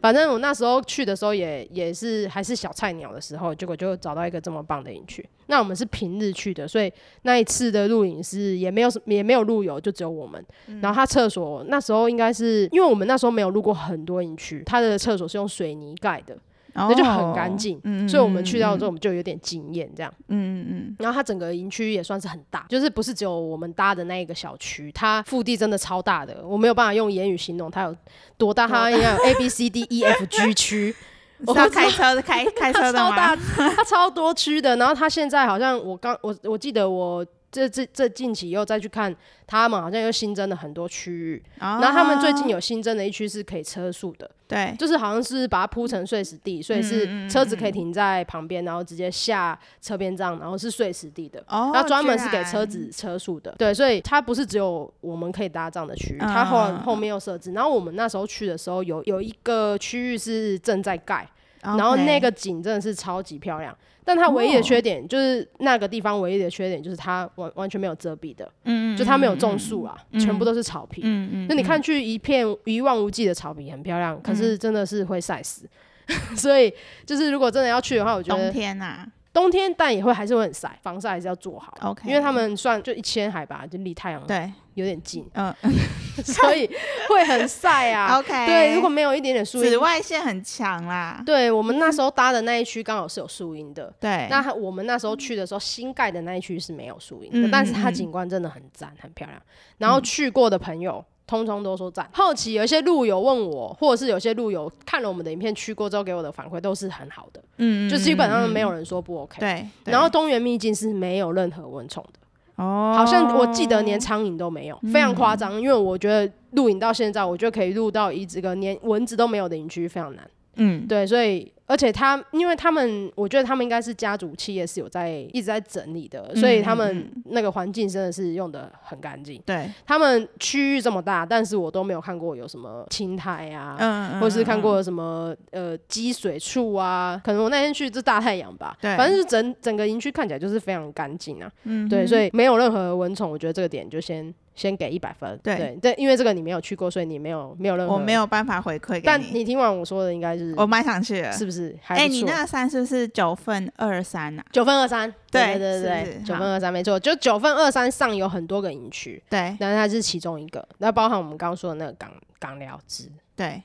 [SPEAKER 1] 反正我那时候去的时候也也是还是小菜鸟的时候，结果就找到一个这么棒的营区。那我们是平日去的，所以那一次的露营是也没有什也没有路由，就只有我们。
[SPEAKER 2] 嗯
[SPEAKER 1] 然后他厕所那时候应该是因为我们那时候没有路过很多营区，他的厕所是用水泥盖的，那就很干，净
[SPEAKER 2] 哦嗯嗯
[SPEAKER 1] 所以我们去到
[SPEAKER 2] 嗯
[SPEAKER 1] 之后我们就有点惊艳这样。
[SPEAKER 2] 嗯嗯
[SPEAKER 1] 然后它整个营区也算是很大，就是不是只有我们搭的那一个小区，它腹地真的超大的，我没有办法用言语形容它有多大，它应该有 A B C D E F G 区，
[SPEAKER 2] 嗯，
[SPEAKER 1] 我
[SPEAKER 2] 是要
[SPEAKER 1] 不知道
[SPEAKER 2] 开车的开开
[SPEAKER 1] 它
[SPEAKER 2] 车 的
[SPEAKER 1] 超
[SPEAKER 2] 吗？
[SPEAKER 1] 大，它超多区的。然后它现在好像我刚我我记得我这这这近期又再去看，他们好像又新增了很多区域，
[SPEAKER 2] 然
[SPEAKER 1] 然后他们最近有新增的一区是可以车速的，
[SPEAKER 2] 哦对
[SPEAKER 1] 就是好像是把它铺成碎石地，所以
[SPEAKER 2] 嗯嗯
[SPEAKER 1] 是
[SPEAKER 2] 嗯
[SPEAKER 1] 车子可以停在旁边，然后直接下车边这样，然后是碎石地的。
[SPEAKER 2] 哦，
[SPEAKER 1] 它专门是
[SPEAKER 2] 居
[SPEAKER 1] 给
[SPEAKER 2] 然
[SPEAKER 1] 车子车速的，对，所以它不是只有我们可以搭这样的区域，它后来
[SPEAKER 2] 嗯
[SPEAKER 1] 后面又设置。然后我们那时候去的时候，有有一个区域是正在盖，然后
[SPEAKER 2] OK
[SPEAKER 1] 那个景真的是超级漂亮。但它唯一的缺点就是那个地方唯一的缺点就是它完完全没有遮蔽的，
[SPEAKER 2] 嗯
[SPEAKER 1] 就它没有种树啊，全部都是草皮。
[SPEAKER 2] 嗯嗯嗯
[SPEAKER 1] 那你看去一片一望无际的草皮，很漂亮，可是真的是会晒死。 所以就是如果真的要去的话，我觉
[SPEAKER 2] 冬
[SPEAKER 1] 得
[SPEAKER 2] 天呐
[SPEAKER 1] 冬啊天但也会还是会很晒，防晒还是要做好。
[SPEAKER 2] ，OK，
[SPEAKER 1] 因为他们算就一千海拔，就离太阳
[SPEAKER 2] 对
[SPEAKER 1] 有点近，
[SPEAKER 2] 嗯
[SPEAKER 1] 所以会很晒啊。
[SPEAKER 2] OK，
[SPEAKER 1] 对，如果没有一点点树
[SPEAKER 2] 紫
[SPEAKER 1] 荫，
[SPEAKER 2] 外线很强啦，
[SPEAKER 1] 对我们那
[SPEAKER 2] 嗯
[SPEAKER 1] 时候搭的那一区刚好是有树荫的。
[SPEAKER 2] 对，
[SPEAKER 1] 那它我们那时候去的时候，新盖的那一区是没有树荫
[SPEAKER 2] 嗯
[SPEAKER 1] 的，
[SPEAKER 2] 嗯
[SPEAKER 1] 但是它
[SPEAKER 2] 嗯
[SPEAKER 1] 景观真的很赞，很漂亮。然后去过的朋友。通通都说赞。后期有一些路友问我，或者是有些路友看了我们的影片去过之后给我的反馈都是很好的，
[SPEAKER 2] 嗯
[SPEAKER 1] 就基本上没
[SPEAKER 2] 有
[SPEAKER 1] 有人说不 OK。
[SPEAKER 2] 对，对
[SPEAKER 1] 然后东原秘境是没有任何蚊虫的。
[SPEAKER 2] 哦，嗯
[SPEAKER 1] 好像我记得连苍蝇都没有，非常夸张。因为我觉得录影到现在，我觉得可以录到一这个连蚊子都没有的营区非常难。
[SPEAKER 2] 嗯
[SPEAKER 1] 对，所以而且他，因为他们，我觉得他们应该是家族企业是有在一直在整理的，所以他
[SPEAKER 2] 嗯
[SPEAKER 1] 们那个环境真的是用的很干净。
[SPEAKER 2] 对，
[SPEAKER 1] 他们区域这么大，但是我都没有看过有什么青苔啊。
[SPEAKER 2] 嗯，
[SPEAKER 1] 或是看
[SPEAKER 2] 嗯。嗯
[SPEAKER 1] 过什么呃积水处啊，可能我那天去这大太阳吧，
[SPEAKER 2] 对
[SPEAKER 1] 反正是整整个营区看起来就是非常干净啊。
[SPEAKER 2] 嗯
[SPEAKER 1] 对，
[SPEAKER 2] 哼
[SPEAKER 1] 所以没有任何蚊虫，我觉得这个点就先先给一百分。
[SPEAKER 2] 对
[SPEAKER 1] 对，但因为这个你没有去过，所以你没有没有任何。
[SPEAKER 2] 我没。有办法回馈
[SPEAKER 1] 嗯
[SPEAKER 2] 给哦
[SPEAKER 1] 但你听完我说的，应该就是
[SPEAKER 2] 我蛮想去的。
[SPEAKER 1] 是不是还
[SPEAKER 2] 哎，
[SPEAKER 1] 不
[SPEAKER 2] 你
[SPEAKER 1] 错？
[SPEAKER 2] 那个三是不是九份二三啊？
[SPEAKER 1] 九分二三，对
[SPEAKER 2] 对
[SPEAKER 1] 对
[SPEAKER 2] 是不
[SPEAKER 1] 对
[SPEAKER 2] 是，
[SPEAKER 1] 九
[SPEAKER 2] 好
[SPEAKER 1] 分二三没错，就九分二三上有很多个营区，
[SPEAKER 2] 对
[SPEAKER 1] 但是它是其中一个，那包含我们刚刚说的那个港港寮支。
[SPEAKER 2] 对，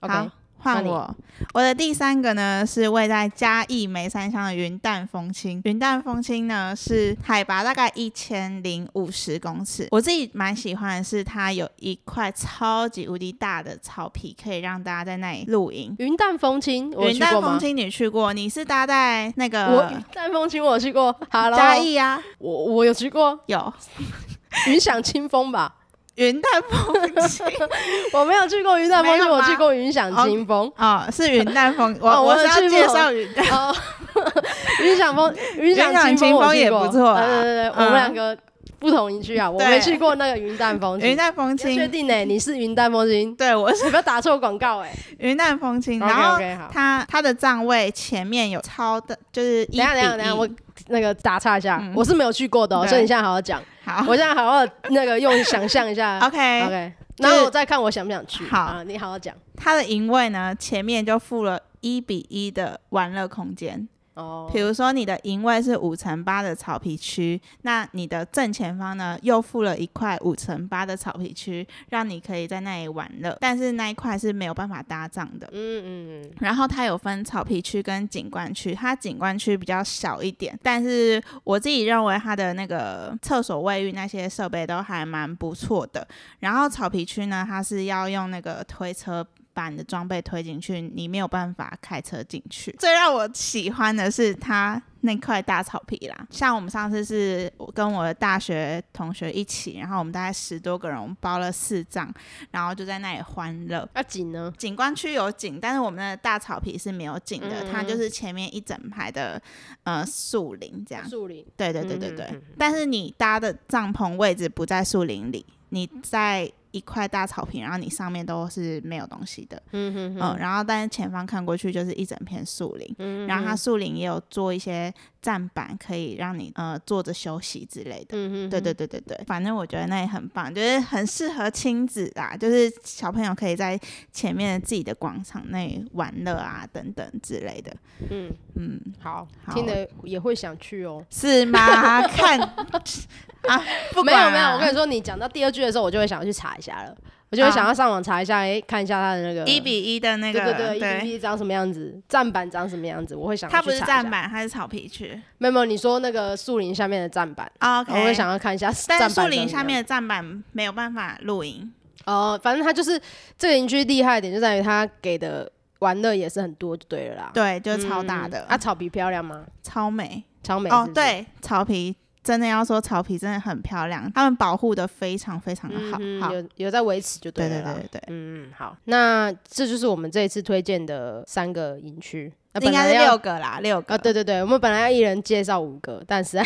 [SPEAKER 1] OK，
[SPEAKER 2] 好，换我，我的第三个呢是位在嘉义梅山乡的云淡风轻。云淡风轻呢是海拔大概一千零五十公尺，我自己蛮喜欢的是它有一块超级无敌大的草皮，可以让大家在那里露营。
[SPEAKER 1] 云淡风轻，我有
[SPEAKER 2] 云
[SPEAKER 1] 去
[SPEAKER 2] 淡
[SPEAKER 1] 过
[SPEAKER 2] 风
[SPEAKER 1] 吗？
[SPEAKER 2] 轻你去过？你是搭在那
[SPEAKER 1] 我
[SPEAKER 2] 个
[SPEAKER 1] 云淡风轻，我有去过。Hello，
[SPEAKER 2] 嘉义啊？
[SPEAKER 1] 我我有去过
[SPEAKER 2] 有
[SPEAKER 1] 云想清风 吧？
[SPEAKER 2] 云淡风轻
[SPEAKER 1] 我没有去过云淡风
[SPEAKER 2] 没
[SPEAKER 1] 轻，
[SPEAKER 2] 有
[SPEAKER 1] 我
[SPEAKER 2] 吗
[SPEAKER 1] 去过云想清风。
[SPEAKER 2] 哦，是云淡风。我、
[SPEAKER 1] 哦我
[SPEAKER 2] 我
[SPEAKER 1] 有
[SPEAKER 2] 是
[SPEAKER 1] 去
[SPEAKER 2] 要介
[SPEAKER 1] 过
[SPEAKER 2] 绍云淡。
[SPEAKER 1] 哦， 云想风，云想
[SPEAKER 2] 想
[SPEAKER 1] 清
[SPEAKER 2] 清
[SPEAKER 1] 我
[SPEAKER 2] 风
[SPEAKER 1] 去
[SPEAKER 2] 也
[SPEAKER 1] 过
[SPEAKER 2] 不错啊
[SPEAKER 1] 对对对，我们
[SPEAKER 2] 嗯
[SPEAKER 1] 两个不同一区啊，我
[SPEAKER 2] 对
[SPEAKER 1] 没去过那个云淡风轻。
[SPEAKER 2] 云淡风
[SPEAKER 1] 你要确
[SPEAKER 2] 轻，
[SPEAKER 1] 定呢？你是云淡风轻？
[SPEAKER 2] 对我是
[SPEAKER 1] 你不要打错广告 哎。
[SPEAKER 2] 云淡风轻，然
[SPEAKER 1] OK
[SPEAKER 2] 后
[SPEAKER 1] OK 好。
[SPEAKER 2] 它它的站位前面有超的，就是一
[SPEAKER 1] 等一下等一下
[SPEAKER 2] 比
[SPEAKER 1] 等一下，
[SPEAKER 2] 一
[SPEAKER 1] 我那个打岔一下
[SPEAKER 2] 嗯，
[SPEAKER 1] 我是没有去过的哦，
[SPEAKER 2] 对
[SPEAKER 1] 所以你现在好好 讲。
[SPEAKER 2] 好。
[SPEAKER 1] 我现在好好那个用想象一下
[SPEAKER 2] OK，
[SPEAKER 1] OK，
[SPEAKER 2] 就
[SPEAKER 1] 然
[SPEAKER 2] 是
[SPEAKER 1] 后我再看我想不想去。
[SPEAKER 2] 好
[SPEAKER 1] 啊你好好讲。
[SPEAKER 2] 它的营位呢前面就附了一比一的玩乐空间，
[SPEAKER 1] 哦
[SPEAKER 2] 比，如说你的营位是五乘八的草皮区，那你的正前方呢又附了一块五乘八的草皮区，让你可以在那里玩乐，但是那一块是没有办法搭帐的。
[SPEAKER 1] 嗯嗯
[SPEAKER 2] 然后它有分草皮区跟景观区，它景观区比较小一点，但是我自己认为它的那个厕所、卫浴那些设备都还蛮不错的。然后草皮区呢，它是要用那个推车。把你的装备推进去，你没有办法开车进去。最让我喜欢的是它那块大草皮啦，像我们上次是我跟我的大学同学一起，然后我们大概十多个人，我们包了四帐，然后就在那里欢乐。
[SPEAKER 1] 要紧啊呢。
[SPEAKER 2] 景观区有景，但是我们的大草皮是没有景的，
[SPEAKER 1] 嗯
[SPEAKER 2] 它就是前面一整排的呃树林这样。
[SPEAKER 1] 树林。
[SPEAKER 2] 对对对对对。
[SPEAKER 1] 嗯嗯
[SPEAKER 2] 但是你搭的帐篷位置不在树林里，你在一块大草坪，然后你上面都是没有东西的。
[SPEAKER 1] 嗯嗯
[SPEAKER 2] 嗯，然后但是前方看过去就是一整片树林，
[SPEAKER 1] 嗯
[SPEAKER 2] 然后它树林也有做一些站板，可以让你呃坐着休息之类的。
[SPEAKER 1] 嗯嗯
[SPEAKER 2] 对对对对对，反正我觉得那也很棒，就是很适合亲子啦，就是小朋友可以在前面自己的广场内玩乐啊，等等之类的。
[SPEAKER 1] 嗯，
[SPEAKER 2] 嗯，
[SPEAKER 1] 好，
[SPEAKER 2] 好
[SPEAKER 1] 听了也会想去哦。
[SPEAKER 2] 是吗？ 看啊，不
[SPEAKER 1] 没有
[SPEAKER 2] 管
[SPEAKER 1] 没有，
[SPEAKER 2] 啦
[SPEAKER 1] 我跟你说，你讲到第二句的时候，我就会想要去查一下了，我就会想要上网查一下，哎、看一下他的那个
[SPEAKER 2] 一比一的那
[SPEAKER 1] 对
[SPEAKER 2] 个，
[SPEAKER 1] 对对，一比一长什么样子，站板长什么样子，我会想
[SPEAKER 2] 它
[SPEAKER 1] 要
[SPEAKER 2] 不
[SPEAKER 1] 去
[SPEAKER 2] 是
[SPEAKER 1] 查一
[SPEAKER 2] 站
[SPEAKER 1] 下。
[SPEAKER 2] 板，它是草皮区。
[SPEAKER 1] 没有没有，你说那个树林下面的站板
[SPEAKER 2] OK，
[SPEAKER 1] 哦我会想要看一下站
[SPEAKER 2] 但
[SPEAKER 1] 板
[SPEAKER 2] 是
[SPEAKER 1] 长什
[SPEAKER 2] 树
[SPEAKER 1] 么样
[SPEAKER 2] 林
[SPEAKER 1] 子
[SPEAKER 2] 下面的站板没有办法露营。
[SPEAKER 1] 哦、反正它就是这个营区厉害的点就在于它给的玩乐也是很多，就对了啦。
[SPEAKER 2] 对，就
[SPEAKER 1] 嗯，
[SPEAKER 2] 是超大的，
[SPEAKER 1] 啊，草皮漂亮吗？
[SPEAKER 2] 超美。
[SPEAKER 1] 超美
[SPEAKER 2] 哦
[SPEAKER 1] 是，不是，
[SPEAKER 2] 对，草皮真的要说草皮真的很漂亮，他们保护的非常非常的好。
[SPEAKER 1] 嗯
[SPEAKER 2] 好，
[SPEAKER 1] 有有在维持就
[SPEAKER 2] 对
[SPEAKER 1] 了
[SPEAKER 2] 对
[SPEAKER 1] 啦。
[SPEAKER 2] 对对
[SPEAKER 1] 嗯，好，那这就是我们这一次推荐的三个营区，那
[SPEAKER 2] 对，应该是
[SPEAKER 1] 本来要
[SPEAKER 2] 六个啦，六个。
[SPEAKER 1] 啊，对对对，我们本来要一人介绍五个，但实在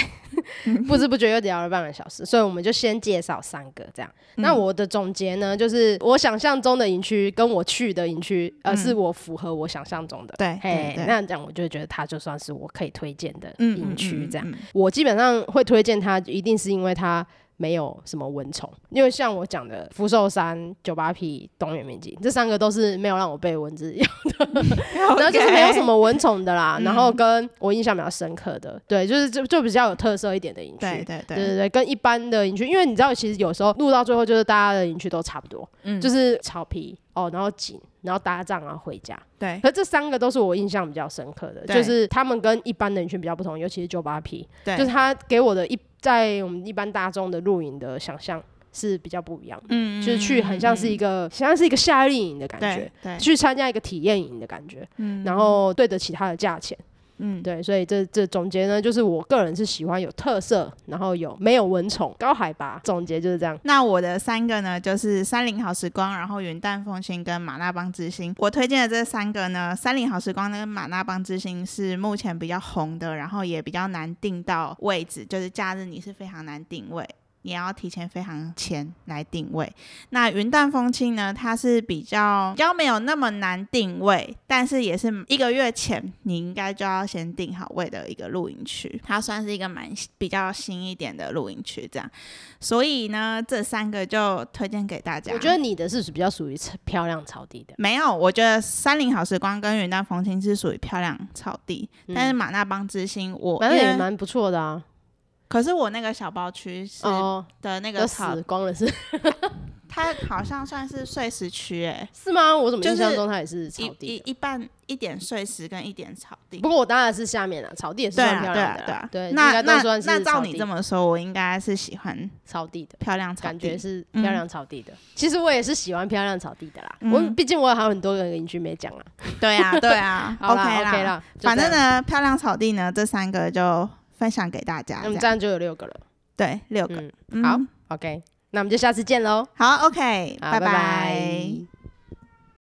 [SPEAKER 1] 不知不觉又聊了半个小时，所以我们就先介绍三个这样。
[SPEAKER 2] 嗯
[SPEAKER 1] 那我的总结呢，就是我想象中的营区跟我去的营区，呃，
[SPEAKER 2] 嗯
[SPEAKER 1] 是我符合我想象中的。
[SPEAKER 2] 对
[SPEAKER 1] 嘿
[SPEAKER 2] 对，对
[SPEAKER 1] 那样讲我就觉得它就算是我可以推荐的
[SPEAKER 2] 嗯
[SPEAKER 1] 营区这样。
[SPEAKER 2] 样。嗯嗯
[SPEAKER 1] 我基本上会推荐它，一定是因为它没有什么蚊虫，因为像我讲的福寿山、九八 P、东原面积这三个都是没有让我被蚊子 咬的，然后就是没有什么蚊虫的啦。
[SPEAKER 2] 嗯
[SPEAKER 1] 然后跟我印象比较深刻的，对，就是就就比较有特色一点的营
[SPEAKER 2] 对
[SPEAKER 1] 区。
[SPEAKER 2] 对
[SPEAKER 1] 对对
[SPEAKER 2] 对，
[SPEAKER 1] 对，跟一般的营区，因为你知道，其实有时候录到最后，就是大家的营区都差不多，
[SPEAKER 2] 嗯
[SPEAKER 1] 就是草皮哦，然后景，然后搭帐，然后回家。
[SPEAKER 2] 对
[SPEAKER 1] 可这三个都是我印象比较深刻的，
[SPEAKER 2] 对
[SPEAKER 1] 就是他们跟一般的营区比较不同，尤其是九八 P，
[SPEAKER 2] 对，
[SPEAKER 1] 就是他给我的一在我们一般大众的露营的想象是比较不一样的，
[SPEAKER 2] 嗯
[SPEAKER 1] 就是去很像是一个很像是一个夏令营的感觉
[SPEAKER 2] 对，对，
[SPEAKER 1] 去参加一个体验营的感觉，
[SPEAKER 2] 嗯
[SPEAKER 1] 然后对得起它的价钱，
[SPEAKER 2] 嗯
[SPEAKER 1] 对，所以这这总结呢，就是我个人是喜欢有特色，然后有没有蚊虫、高海拔，总结就是这样。
[SPEAKER 2] 那我的三个呢，就是山林好时光，然后云淡风轻跟马那邦之星。我推荐的这三个呢，山林好时光跟马那邦之星是目前比较红的，然后也比较难定到位置，就是假日你是非常难定位。你要提前非常前来定位。那云淡风轻呢？它是比较比较没有那么难定位，但是也是一个月前你应该就要先定好位的一个露营区。它算是一个蛮比较新一点的露营区，这样。所以呢，这三个就推荐给大家。
[SPEAKER 1] 我觉得你的是比较属于漂亮草地的，
[SPEAKER 2] 没有，我觉得山林好时光跟云淡风轻是属于漂亮草地，
[SPEAKER 1] 嗯
[SPEAKER 2] 但是马那邦之星我
[SPEAKER 1] 反正也
[SPEAKER 2] 因为
[SPEAKER 1] 蛮不错的啊。
[SPEAKER 2] 可是我那个小包区是
[SPEAKER 1] 哦，
[SPEAKER 2] 的那
[SPEAKER 1] 要
[SPEAKER 2] 个草，
[SPEAKER 1] 死光了是
[SPEAKER 2] 它好像算是碎石区诶、
[SPEAKER 1] 是吗？我怎么
[SPEAKER 2] 就
[SPEAKER 1] 印象
[SPEAKER 2] 是
[SPEAKER 1] 中它也是
[SPEAKER 2] 一
[SPEAKER 1] 草
[SPEAKER 2] 一
[SPEAKER 1] 地的？
[SPEAKER 2] 一半一点碎石跟一点草地
[SPEAKER 1] 不。过我当然是下面了，草地也是
[SPEAKER 2] 对
[SPEAKER 1] 算
[SPEAKER 2] 啊，
[SPEAKER 1] 漂
[SPEAKER 2] 对
[SPEAKER 1] 亮
[SPEAKER 2] 啊，
[SPEAKER 1] 的
[SPEAKER 2] 对
[SPEAKER 1] 啦
[SPEAKER 2] 啊。，
[SPEAKER 1] 对，应
[SPEAKER 2] 那
[SPEAKER 1] 该都
[SPEAKER 2] 那
[SPEAKER 1] 算是
[SPEAKER 2] 那照
[SPEAKER 1] 草
[SPEAKER 2] 你
[SPEAKER 1] 地
[SPEAKER 2] 这么说，我应该是喜欢
[SPEAKER 1] 草地的。
[SPEAKER 2] 漂亮草
[SPEAKER 1] 感觉
[SPEAKER 2] 地。
[SPEAKER 1] 是
[SPEAKER 2] 嗯
[SPEAKER 1] 漂亮草地的。其实我也是喜欢漂亮草地的啦。
[SPEAKER 2] 嗯
[SPEAKER 1] 我毕竟我还有很多个邻居没讲啊。
[SPEAKER 2] 对啊，对啊
[SPEAKER 1] 好啦
[SPEAKER 2] OK
[SPEAKER 1] 啦，
[SPEAKER 2] 啦。
[SPEAKER 1] 就这样
[SPEAKER 2] 反正，呢，漂亮草地呢，这三个就分享给大家。
[SPEAKER 1] 那
[SPEAKER 2] 这
[SPEAKER 1] 我们
[SPEAKER 2] 样
[SPEAKER 1] 这样就有六个了。
[SPEAKER 2] 对，
[SPEAKER 1] 嗯
[SPEAKER 2] 六个。嗯
[SPEAKER 1] 嗯好，OK，那我们就下次见喽。
[SPEAKER 2] 好，OK，
[SPEAKER 1] 好，
[SPEAKER 2] 拜
[SPEAKER 1] 拜拜